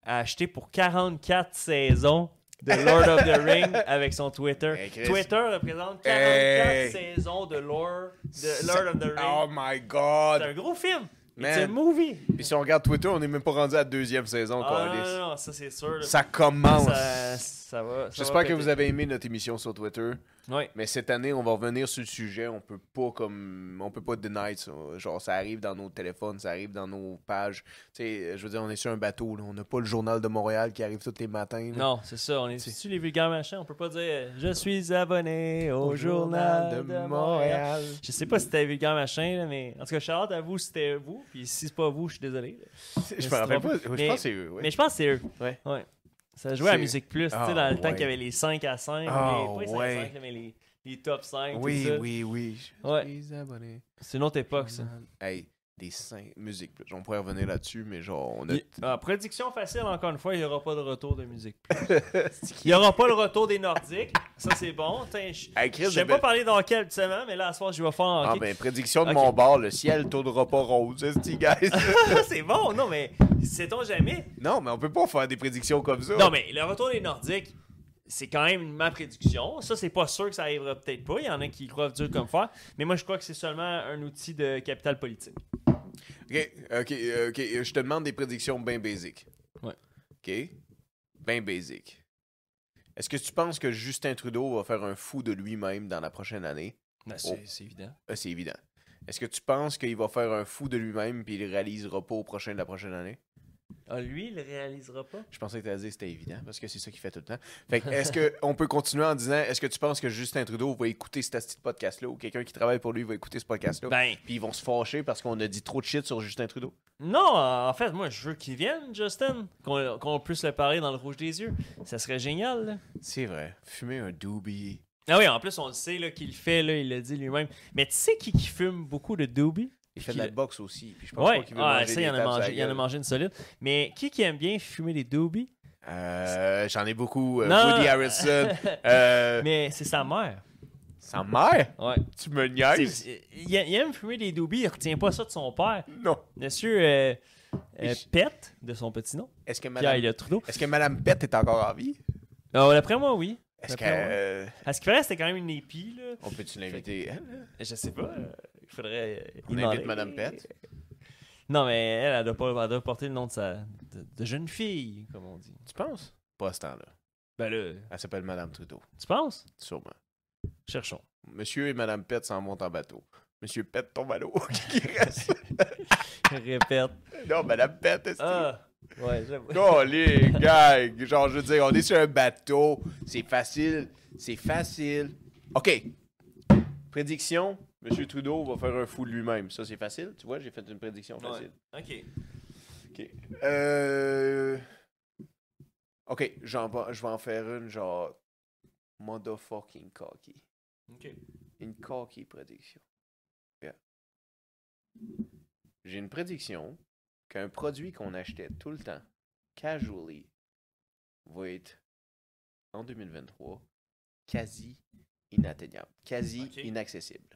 B: a acheté pour 44 saisons de Lord of the Ring avec son Twitter.
A: Hey, Eh, Chris.
B: Twitter représente 44
A: Hey.
B: saisons de Lord, de
A: Ça-
B: Lord of the
A: Oh
B: Ring.
A: my
B: C'est
A: god!
B: un gros film. C'est un
A: Man.
B: movie.
A: Puis si on regarde Twitter, on n'est même pas rendu à la deuxième saison,
B: Ah,
A: câlisse.
B: non, non, ça c'est sûr. là.
A: Ça commence!
B: Ça- ça va.
A: J'espère que vous avez aimé notre émission sur Twitter.
B: Oui.
A: Mais cette année, on va revenir sur le sujet. On peut pas comme on peut pas deny ça. Genre, ça arrive dans nos téléphones, ça arrive dans nos pages. Tu sais, je veux dire, on est sur un bateau. là. On n'a pas le journal de Montréal qui arrive tous les matins. là.
B: Non, c'est ça. On est dessus les vulgaires machins. On peut pas dire euh, je suis abonné au, journal de, Montréal. Je sais pas si c'était vulgaire machin, là, mais en tout cas, shout à vous si c'était vous. Puis si c'est pas vous, je suis désolé. là.
A: Je
B: c'est
A: me rappelle
B: trompé.
A: pas. Je
B: Mais-
A: pense que c'est eux. ouais.
B: Mais je pense que c'est eux.
A: Ouais.
B: Ça jouait à
A: C'est-
B: Musique Plus, tu
A: Ah,
B: sais, dans le temps
A: ouais.
B: qu'il y avait les 5 à 5.
A: Ah,
B: les, pas les 5 à
A: ouais.
B: 5, là, mais les, les top 5.
A: oui,
B: tout ça.
A: oui, oui, Je
B: Ouais.
A: suis abonné.
B: C'est une autre époque, ça.
A: Hey, des cinq musiques. plus. On pourrait revenir là-dessus, mais genre, on a.
B: Il- ah, prédiction facile, encore une fois, il n'y aura pas de retour de Musique Plus. il n'y aura pas le retour des Nordiques. Ça, c'est bon. Tiens, Je
A: Hey, Ah, Chris,
B: j'aime
A: j'ai-
B: pas parler d'hockey habituellement, mais là, à ce soir, je vais faire
A: Ah,
B: hockey.
A: ben, prédiction de
B: Ok.
A: mon bord, le ciel tournera pas rose, c'est guys.
B: c'est bon, non, mais sait-on jamais?
A: non, mais on peut pas faire des prédictions comme ça.
B: Non, mais le retour des Nordiques, c'est quand même ma prédiction. Ça, c'est pas sûr que ça arrivera peut-être pas. Il y en a qui y croient dur comme fer. Mais moi, je crois que c'est seulement un outil de capital politique.
A: Ok, ok, euh, ok. euh, Je te demande des prédictions bien basiques.
B: Ouais.
A: Ok? Bien basiques. Est-ce que tu penses que Justin Trudeau va faire un fou de lui-même dans la prochaine année? c'est-
B: Ben, évident.
A: Ah, c'est évident. Est-ce que tu penses qu'il va faire un fou de lui-même puis il le réalisera pas au prochain de la prochaine année?
B: Ah, lui, il le réalisera pas.
A: Je pensais que tu as dit que c'était évident parce que c'est ça qu'il fait tout le temps. Fait que est-ce que on peut continuer en disant est-ce que tu penses que Justin Trudeau va écouter ce petit podcast-là ou quelqu'un qui travaille pour lui va écouter ce podcast-là?
B: Ben,
A: Puis ils vont se fâcher parce qu'on a dit trop de shit sur Justin Trudeau?
B: non, en fait, moi, je veux qu'il vienne, Justin. Qu'on qu'on puisse le parler dans le rouge des yeux. Ça serait génial, là.
A: C'est vrai. Fumer un doobie.
B: Ah oui, en plus, on le sait, là, qu'il le fait, là, il le dit lui-même. Mais tu sais qui, qui fume beaucoup de doobie?
A: Il fait
B: Puis
A: de la
B: le-
A: boxe aussi. Puis je pense
B: Ouais,
A: pas qu'il veut
B: ah,
A: manger
B: ça, il y en
A: des
B: a
A: tapes sur
B: mangé,
A: la
B: il y en a
A: gueule.
B: mangé une solide. Mais qui qui aime bien fumer des doobies?
A: Euh, J'en ai beaucoup. euh,
B: Non.
A: Woody Harrison. euh,
B: Mais c'est sa mère.
A: Sa mère?
B: Ouais.
A: Tu me
B: C'est-
A: niaises?
B: c'est- Il, il aime fumer des doobies, il retient pas ça de son père.
A: Non.
B: Monsieur euh, euh,
A: Oui.
B: Pet, de son petit nom,
A: Est-ce que
B: Pierre
A: Madame,
B: le Trudeau.
A: est-ce que Madame Bette est encore en vie?
B: Euh, D'après moi, oui.
A: Est-ce que
B: D'après moi.
A: euh,
B: À ce qu'il paraît, c'était quand même une épie, là.
A: on peut-tu l'inviter? hein?
B: Je sais pas. euh, Il faudrait. euh,
A: On
B: y
A: invite
B: demander.
A: Madame Pet.
B: Non, mais elle, elle doit, pas, elle doit porter le nom de sa de, de jeune fille, comme on dit.
A: Tu penses? Pas à ce temps-là.
B: Ben là,
A: Elle s'appelle Madame Trudeau,
B: tu penses?
A: sûrement.
B: Cherchons.
A: Monsieur et Madame Pet s'en vont en bateau. Monsieur Pet tombe à l'eau. Qui reste?
B: Répète.
A: Non, Madame Pet, est-ce que-
B: Ah! Ouais, j'avoue.
A: Oh les gars, genre je veux dire, on est sur un bateau, c'est facile, c'est facile. Ok. Prédiction, Monsieur Trudeau va faire un fou de lui-même. Ça c'est facile, tu vois, j'ai fait une prédiction
B: Ouais.
A: facile.
B: Ok.
A: Ok. Euh... Ok, j'en va- je vais en faire une genre motherfucking cocky, Euh,
B: Ok.
A: une cocky prédiction. Yeah. J'ai une prédiction qu'un produit qu'on achetait tout le temps, casually, va être en 2023 quasi inatteignable, quasi
B: Ok.
A: inaccessible.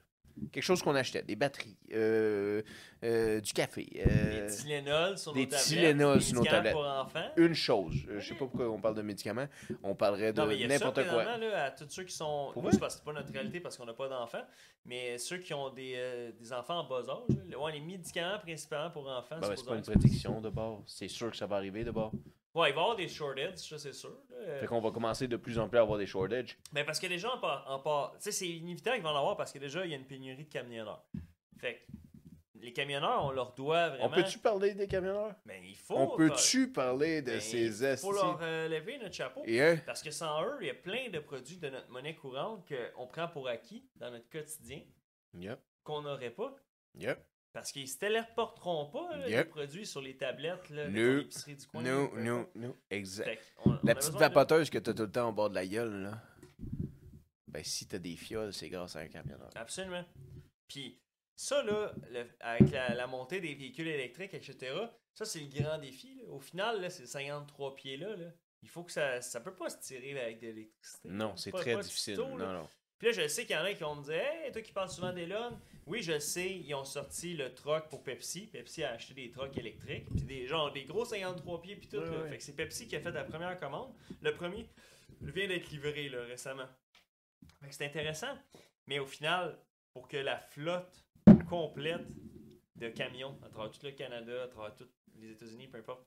A: Quelque chose qu'on achetait, des batteries, euh, euh, du café, euh,
B: Des Tylenol sur
A: des
B: nos tablettes.
A: Tylenol
B: des
A: sur nos
B: médicaments
A: tablettes.
B: pour enfants.
A: une chose. Euh, Je sais pas pourquoi on parle de médicaments, on parlerait
B: Non, mais
A: de
B: il y a ça,
A: n'importe quoi.
B: présentement, là, à tous ceux qui sont...
A: Pour
B: Nous,
A: vrai?
B: c'est parce que c'est pas notre réalité, parce qu'on n'a pas d'enfants, mais ceux qui ont des, euh, des enfants en bas âge, là, le- ouais, les médicaments principalement pour Euh. enfants...
A: Ben, c'est pas
B: supposément-
A: une prédiction de bord, c'est sûr que ça va arriver de bord.
B: Ouais, il va y avoir des shortages, ça, c'est sûr. là.
A: Fait qu'on va commencer de plus en plus à avoir des shortages.
B: Mais parce que les gens en part... en part- Tu sais, c'est inévitable qu'ils vont en avoir, parce que déjà, il y a une pénurie de camionneurs. Fait que les camionneurs, on leur doit
A: On
B: vraiment.
A: peut-tu parler des camionneurs?
B: Mais il faut.
A: on peut-tu parler de
B: Ben,
A: ces estis?
B: faut leur euh, lever notre chapeau.
A: Et hein,
B: Parce que sans eux, il y a plein de produits de notre monnaie courante qu'on prend pour acquis dans notre quotidien
A: yep,
B: qu'on n'aurait pas.
A: yep,
B: Parce qu'ils ne se téléporteront pas là,
A: Yep.
B: les produits sur les tablettes, là, avec
A: No.
B: ton épicerie du coin. Ben,
A: no,
B: peu importe.
A: no, no, exact.
B: Fait qu'on- on a
A: La petite
B: besoin de-
A: vapoteuse que t'as tout le temps au bord de la gueule, là. Ben, si t'as des fioles, c'est grâce à un camionneur.
B: Absolument. Puis ça, là, le- avec la, la montée des véhicules électriques, etc., ça, c'est le grand défi. là. Au final, là, c'est 53 pieds là, là. Il faut que ça... Ça peut pas se tirer là, avec de l'électricité.
A: Non, c'est
B: Pas-
A: très
B: pas de
A: difficile.
B: tuto, là.
A: non, non.
B: Puis là, je sais qu'il y en a qui vont me dire Hey, toi qui parles souvent d'Elon, oui, je le sais, ils ont sorti le truck pour Pepsi. Pepsi a acheté des trucks électriques, puis des genre des gros 53 pieds, puis tout.
A: Ouais,
B: là.
A: ouais.
B: Fait que c'est Pepsi qui a fait la première commande. Le premier vient d'être livré là, récemment. Fait que c'est intéressant. Mais au final, pour que la flotte complète de camions à travers tout le Canada, à travers tous les États-Unis, peu importe,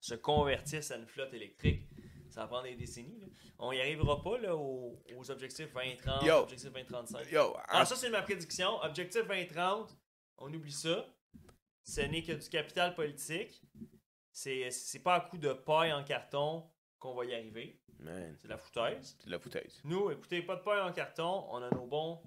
B: se convertissent à une flotte électrique, ça va prendre des décennies. là. On n'y arrivera pas là, aux, aux objectifs 2030,
A: Yo.
B: objectifs 2035.
A: Yo,
B: Ah,
A: en-
B: ça, c'est ma prédiction. Objectif 2030, on oublie ça. Ce n'est que du capital politique. C'est c'est pas à coup de paille en carton qu'on va y arriver.
A: Man,
B: C'est de la foutaise.
A: c'est de la foutaise.
B: Nous, écoutez, pas de paille en carton, on a nos bons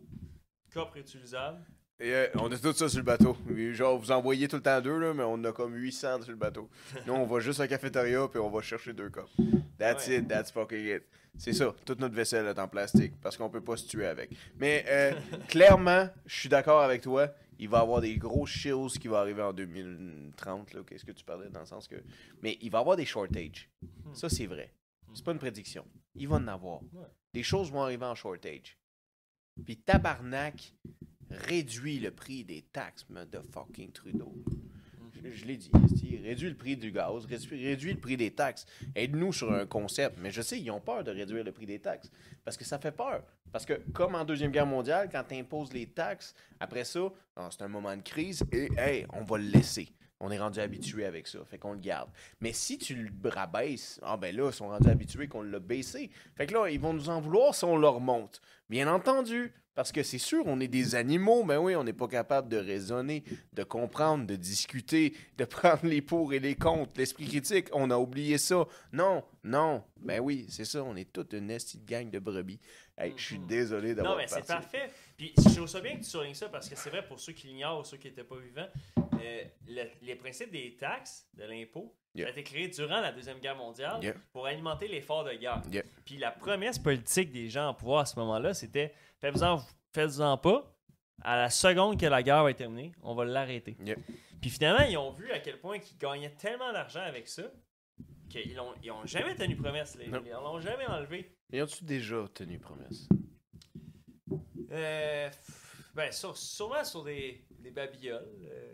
B: copres réutilisables.
A: Et, euh, on a tout ça sur le bateau. Et Genre, vous envoyez tout le temps deux, là, mais on a comme 800 sur le bateau. Nous, on va juste à la cafétéria, puis on va chercher deux copes. That's
B: Ouais.
A: it, that's fucking it. C'est ça, toute notre vaisselle est en plastique, parce qu'on peut pas se tuer avec. Mais euh, clairement, je suis d'accord avec toi, il va y avoir des gros shills qui vont arriver en 2030, là, qu'est-ce que tu parlais, dans le sens que... Mais il va y avoir des shortages. Ça, c'est vrai. C'est pas une prédiction. Il va en avoir.
B: Hmm. Ouais.
A: Des choses vont arriver en shortage. Puis tabarnak réduit le prix des taxes man, de fucking Trudeau. Je, je l'ai dit, esti, réduit le prix du gaz, réduit, réduit le prix des taxes. Aide-nous sur un concept. Mais je sais, ils ont peur de réduire le prix des taxes. Parce que ça fait peur. Parce que, comme en Deuxième Guerre mondiale, quand tu imposes les taxes, après ça, ah, c'est un moment de crise et, hey, on va le laisser. On est rendu habitué avec ça. Fait qu'on le garde. Mais si tu le rabaisses, ah ben là, ils sont rendus habitués qu'on l'a baissé. Fait que là, ils vont nous en vouloir si on leur monte. Bien entendu. Parce que c'est sûr, on est des animaux, mais oui, on n'est pas capable de raisonner, de comprendre, de discuter, de prendre les pour et les contre. L'esprit critique, on a oublié ça. Non, non, ben oui, c'est ça, on est toute une estie de gang de brebis. Hey, je suis
B: Mhm.
A: désolé
B: Non,
A: d'avoir
B: mais c'est
A: parti.
B: parfait. Puis je trouve ça bien que tu soulignes ça parce que c'est vrai pour ceux qui l'ignorent ou ceux qui n'étaient pas vivants, euh, le- les principes des taxes, de l'impôt,
A: Yeah.
B: ça a été créé durant la Deuxième Guerre mondiale
A: Yeah.
B: pour alimenter l'effort de guerre.
A: Yeah.
B: Puis la promesse politique des gens en pouvoir à ce moment-là, c'était faites-en faites-en pas. À la seconde que la guerre va être terminée, on va l'arrêter.
A: Yeah.
B: Puis finalement, ils ont vu à quel point ils gagnaient tellement d'argent avec ça qu'ils n'ont ils ont jamais tenu promesse. Ils
A: Non.
B: ils l'ont jamais enlevé.
A: Et ont-tu déjà tenu promesse?
B: Euh, pff, ben, sur- sûrement sur des, des babioles. euh.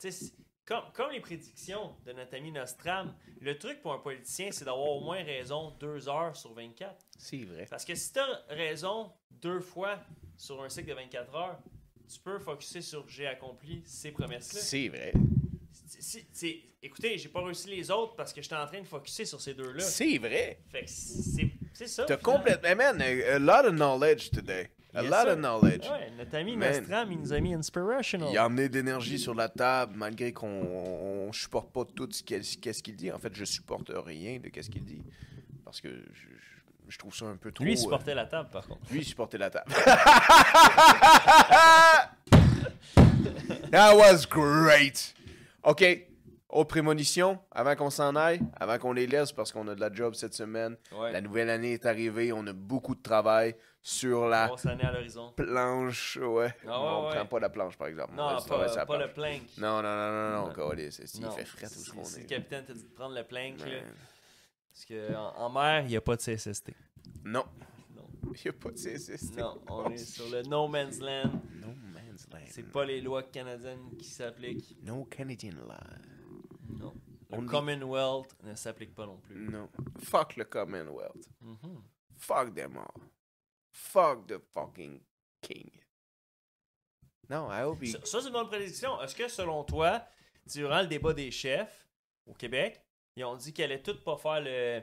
B: Tu sais, c'est- comme, comme les prédictions de notre ami Nostram, le truc pour un politicien, c'est d'avoir au moins raison 2 heures sur 24.
A: C'est vrai.
B: Parce que si t'as raison deux fois sur un cycle de 24 heures, tu peux focuser sur j'ai accompli ces promesses-là.
A: C'est vrai.
B: Si- si- c'est- écoutez, j'ai pas réussi les autres parce que j'étais en train de focuser sur ces deux-là.
A: C'est vrai.
B: Fait que c'est c'est ça.
A: T'as
B: finalement.
A: complètement. eh Man, a, a lot of knowledge today. A
B: Yes,
A: lot
B: sir.
A: of knowledge.
B: Ouais, notre ami
A: Man.
B: Nostram, il nous a mis inspirational.
A: Il a amené de l'énergie sur la table, malgré qu'on on- on supporte pas tout ce qu'est- qu'est-ce qu'il dit. En fait, je supporte rien de qu'est-ce qu'il dit. Parce que je, je- je trouve ça un peu trop.
B: Lui, il
A: euh,
B: supportait la table, par contre.
A: lui, il supportait la table. That was great! OK. Aux prémonitions, avant qu'on s'en aille, avant qu'on les laisse, parce qu'on a de la job cette semaine.
B: Ouais.
A: La nouvelle année est arrivée, on a beaucoup de travail sur la
B: On s'en est à l'horizon.
A: planche, ouais.
B: Ah
A: Non, on
B: ouais,
A: prend
B: ouais.
A: pas la planche, par exemple. On
B: Non,
A: reste travailler
B: pas,
A: sur la
B: pas
A: planche.
B: le plank.
A: Non, non, non, non, non,
B: Non.
A: câlisse, esti, il
B: Non.
A: fait frais tout ce
B: Si-
A: qu'on
B: si le
A: est.
B: capitaine t'a dit de prendre le plank, là,
A: Man.
B: parce qu'en en, en mer, il n'y a pas de CSST.
A: Non.
B: Non.
A: Il n'y a pas de CSST.
B: Non, on est sur le no man's land.
A: No man's land.
B: C'est pas les lois canadiennes qui s'appliquent.
A: No Canadian law.
B: Non.
A: On
B: Le
A: est-
B: Commonwealth ne s'applique pas non plus.
A: Non. Fuck le Commonwealth.
B: Mhm.
A: Fuck them all. Fuck the fucking king. Non, I hope he...
B: Ça, ça, c'est une bonne prédiction. Est-ce que, selon toi, durant le débat des chefs au Québec, ils ont dit qu'ils allaient toutes pas faire le-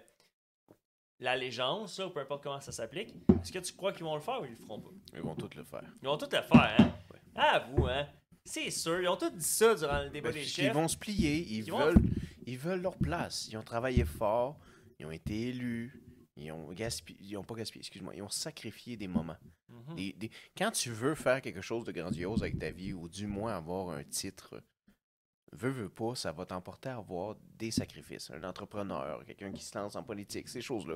B: l'allégeance, là, ou peu importe comment ça s'applique? Est-ce que tu crois qu'ils vont le faire ou ils le feront pas?
A: Ils vont tous le faire.
B: Ils vont tout le faire, hein?
A: Ouais.
B: Ah, vous, hein? C'est sûr, ils ont tous dit ça durant le débat
A: Ben,
B: des
A: c'est
B: chefs.
A: qu'ils vont se plier. Ils,
B: Ils vont-
A: veulent, ils veulent leur place. Ils ont travaillé fort. Ils ont été élus. Ils ont gaspillé. Ils ont pas gaspillé, excuse-moi. Ils ont sacrifié des moments.
B: Mhm.
A: Des- des- Quand tu veux faire quelque chose de grandiose avec ta vie, ou du moins avoir un titre, veux, veux pas, ça va t'emporter à avoir des sacrifices. Un entrepreneur, quelqu'un qui se lance en politique, ces choses-là.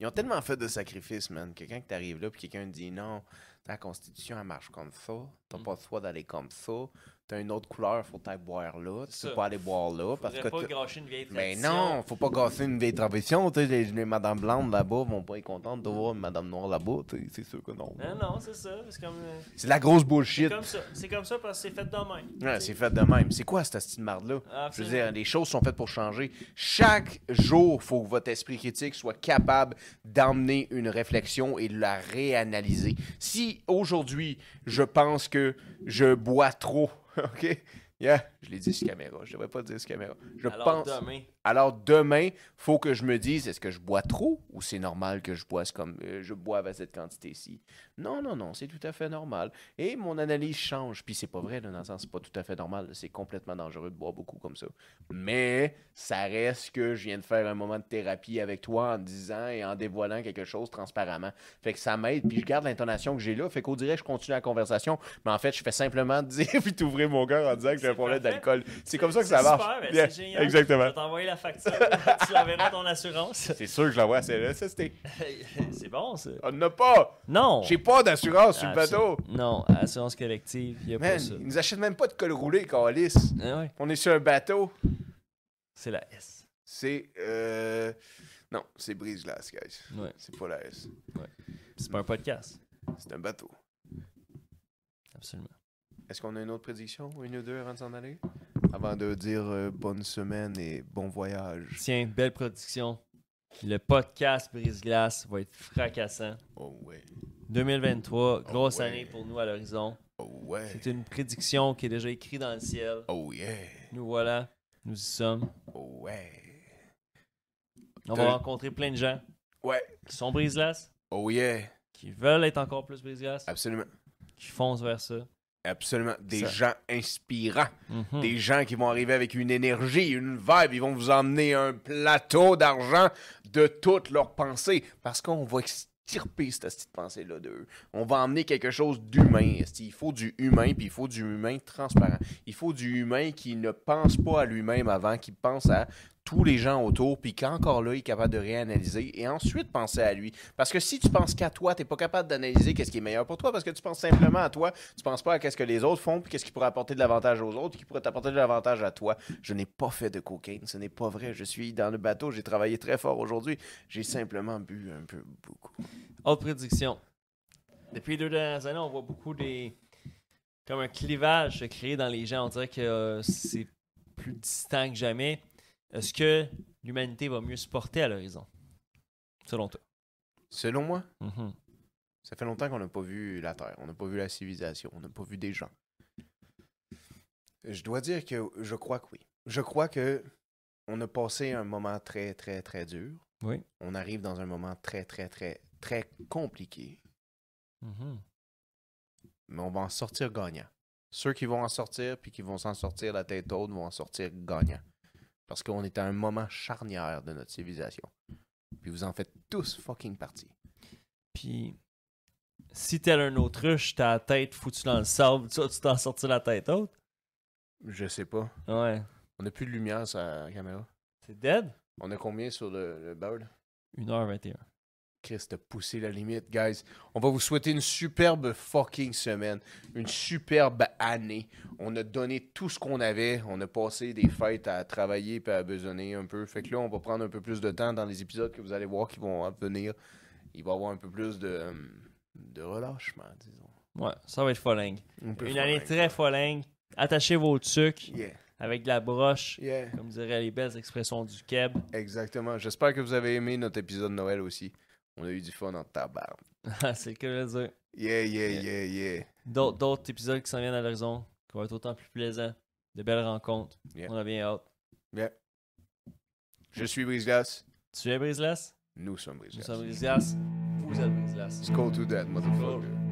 A: Ils ont tellement fait de sacrifices, man, que quand t'arrives là, puis quelqu'un te dit non, ta constitution, elle marche comme ça, t'as
B: Mm.
A: pas le choix d'aller comme ça, t'as une autre couleur, faut t'aller boire là, tu
B: Ça.
A: peux pas aller boire là, parce
B: Faudrait
A: que
B: pas
A: t'as-
B: gâcher une vieille
A: mais
B: tradition.
A: non, faut pas casser une vieille tradition. tu sais, Les, les madames blondes là-bas vont pas être contentes de voir une madame noire là-bas. tu sais, C'est sûr que non.
B: Non, non, c'est ça. C'est comme, euh,
A: C'est de la grosse
B: c'est
A: bullshit.
B: comme ça. C'est comme ça parce que c'est fait demain.
A: Ouais, c'est fait de même. C'est quoi cette style marde-là? Je veux
B: Ah, Absolument.
A: dire, les choses sont faites pour changer. Chaque jour, faut que votre esprit critique soit capable d'emmener une réflexion et de la réanalyser. Si aujourd'hui, je pense que je bois trop, OK? Yeah, je l'ai dit sur caméra. Je devrais pas dire sur caméra. Je
B: Alors,
A: pense.
B: demain.
A: Alors demain, faut que je me dise est-ce que je bois trop ou c'est normal que je boive comme euh, je boive à cette quantité-ci. Non non non, c'est tout à fait normal et mon analyse change. Puis c'est pas vrai là, dans le sens c'est pas tout à fait normal, c'est complètement dangereux de boire beaucoup comme ça. Mais ça reste que je viens de faire un moment de thérapie avec toi en te disant et en dévoilant quelque chose transparemment. Fait que ça m'aide puis je garde l'intonation que j'ai là, fait qu'au direct je continue la conversation, mais en fait je fais simplement dire puis t'ouvrir mon cœur en disant que j'ai
B: C'est
A: un problème
B: parfait.
A: d'alcool. C'est comme ça que ça marche.
B: Super, ben,
A: Yeah,
B: c'est génial.
A: Exactement.
B: Je vais t'envoyer la facture. tu l'enverras à ton assurance.
A: C'est sûr que je l'envoie à CLSST.
B: c'est bon, ça.
A: On n'a pas.
B: Non.
A: J'ai pas d'assurance sur le
B: Absol-
A: bateau.
B: Non, assurance collective, il a
A: Man,
B: pas ça.
A: ils nous achètent même pas de col roulé, Calis.
B: Ah ouais,
A: On est sur un bateau.
B: c'est la S.
A: C'est. Euh... Non, c'est brise-glace, guys.
B: Ouais,
A: C'est pas la S.
B: c'est pas un podcast.
A: C'est un bateau.
B: Absolument.
A: Est-ce qu'on a une autre prédiction Une ou deux avant de s'en aller Avant de dire euh, bonne semaine et bon voyage.
B: Tiens, belle production. Le podcast Brise-Glace va être fracassant.
A: Oh ouais.
B: 2023, grosse
A: Oh, ouais.
B: année pour nous à l'horizon.
A: Oh ouais.
B: C'est une prédiction qui est déjà écrite dans le ciel.
A: Oh yeah.
B: Nous voilà, nous y sommes.
A: Oh ouais.
B: On
A: T'as-
B: va rencontrer plein de gens
A: Ouais.
B: qui sont brise-glace,
A: Oh yeah.
B: qui veulent être encore plus brise-glace,
A: Absolument.
B: qui foncent vers ça.
A: Absolument. Des
B: Ça-
A: gens inspirants.
B: Mhm.
A: Des gens qui vont arriver avec une énergie, une vibe, ils vont vous emmener un plateau d'argent de toutes leurs pensées. Parce qu'on va extirper cette petite pensée-là d'eux. On va emmener quelque chose d'humain. esti. Il faut du humain, puis il faut du humain transparent. Il faut du humain qui ne pense pas à lui-même avant, qui pense à tous les gens autour, puis qu'encore là, il est capable de réanalyser et ensuite penser à lui. Parce que si tu penses qu'à toi, tu n'es pas capable d'analyser qu'est-ce qui est meilleur pour toi, parce que tu penses simplement à toi, tu penses pas à qu'est-ce que les autres font, puis qu'est-ce qui pourrait apporter de l'avantage aux autres, qui pourrait t'apporter de l'avantage à toi. Je n'ai pas fait de cocaïne, ce n'est pas vrai. Je suis dans le bateau, j'ai travaillé très fort aujourd'hui, j'ai simplement bu un peu beaucoup.
B: Autre prédiction. Depuis les deux dernières années, on voit beaucoup des. comme un clivage se créer dans les gens. On dirait que euh, c'est plus distant que jamais. Est-ce que l'humanité va mieux se porter à l'horizon Selon toi.
A: Selon moi,
B: Mm-hmm.
A: ça fait longtemps qu'on n'a pas vu la Terre, on n'a pas vu la civilisation, on n'a pas vu des gens. Je dois dire que je crois que oui. Je crois que on a passé un moment très, très, très dur.
B: Oui.
A: On arrive dans un moment très, très, très, très compliqué.
B: Mm-hmm.
A: mais on va en sortir gagnant. Ceux qui vont en sortir puis qui vont s'en sortir la tête haute vont en sortir gagnant. Parce qu'on est à un moment charnière de notre civilisation. Puis vous en faites tous fucking partie.
B: Puis, si tel un autruche, t'as la tête foutue dans le sable, tu tu t'en sortis la tête haute
A: Je sais pas.
B: Ouais.
A: On a plus de lumière sur la caméra.
B: C'est dead
A: On a combien sur le, le bird?
B: 1h21.
A: Christ a poussé la limite, guys. On va vous souhaiter une superbe fucking semaine, une superbe année. On a donné tout ce qu'on avait. On a passé des fêtes à travailler puis à besonner un peu. Fait que là, on va prendre un peu plus de temps dans les épisodes que vous allez voir qui vont venir. Il va y avoir un peu plus de, euh, de relâchement, disons.
B: Ouais, ça va être folingue.
A: Un peu
B: Une
A: forain.
B: année très folingue. Attachez vos tucs
A: Yeah,
B: avec de la broche.
A: yeah,
B: comme diraient les belles expressions du Keb.
A: exactement. J'espère que vous avez aimé notre épisode de Noël aussi. On a eu du fun en tabarbe.
B: Ah, c'est le cas de le dire.
A: Yeah, yeah,
B: Yeah.
A: yeah, yeah.
B: D'autres, d'autres épisodes qui s'en viennent à l'horizon, qui vont être autant plus plaisants, de belles rencontres.
A: Yeah.
B: On a bien hâte.
A: Je suis Brise-Glace.
B: Tu es Brise-Glace?
A: Nous sommes
B: Nous
A: Brise-Glace.
B: sommes Brise-Glace. Vous êtes Brise-Glace.
A: Let's go to that, motherfucker.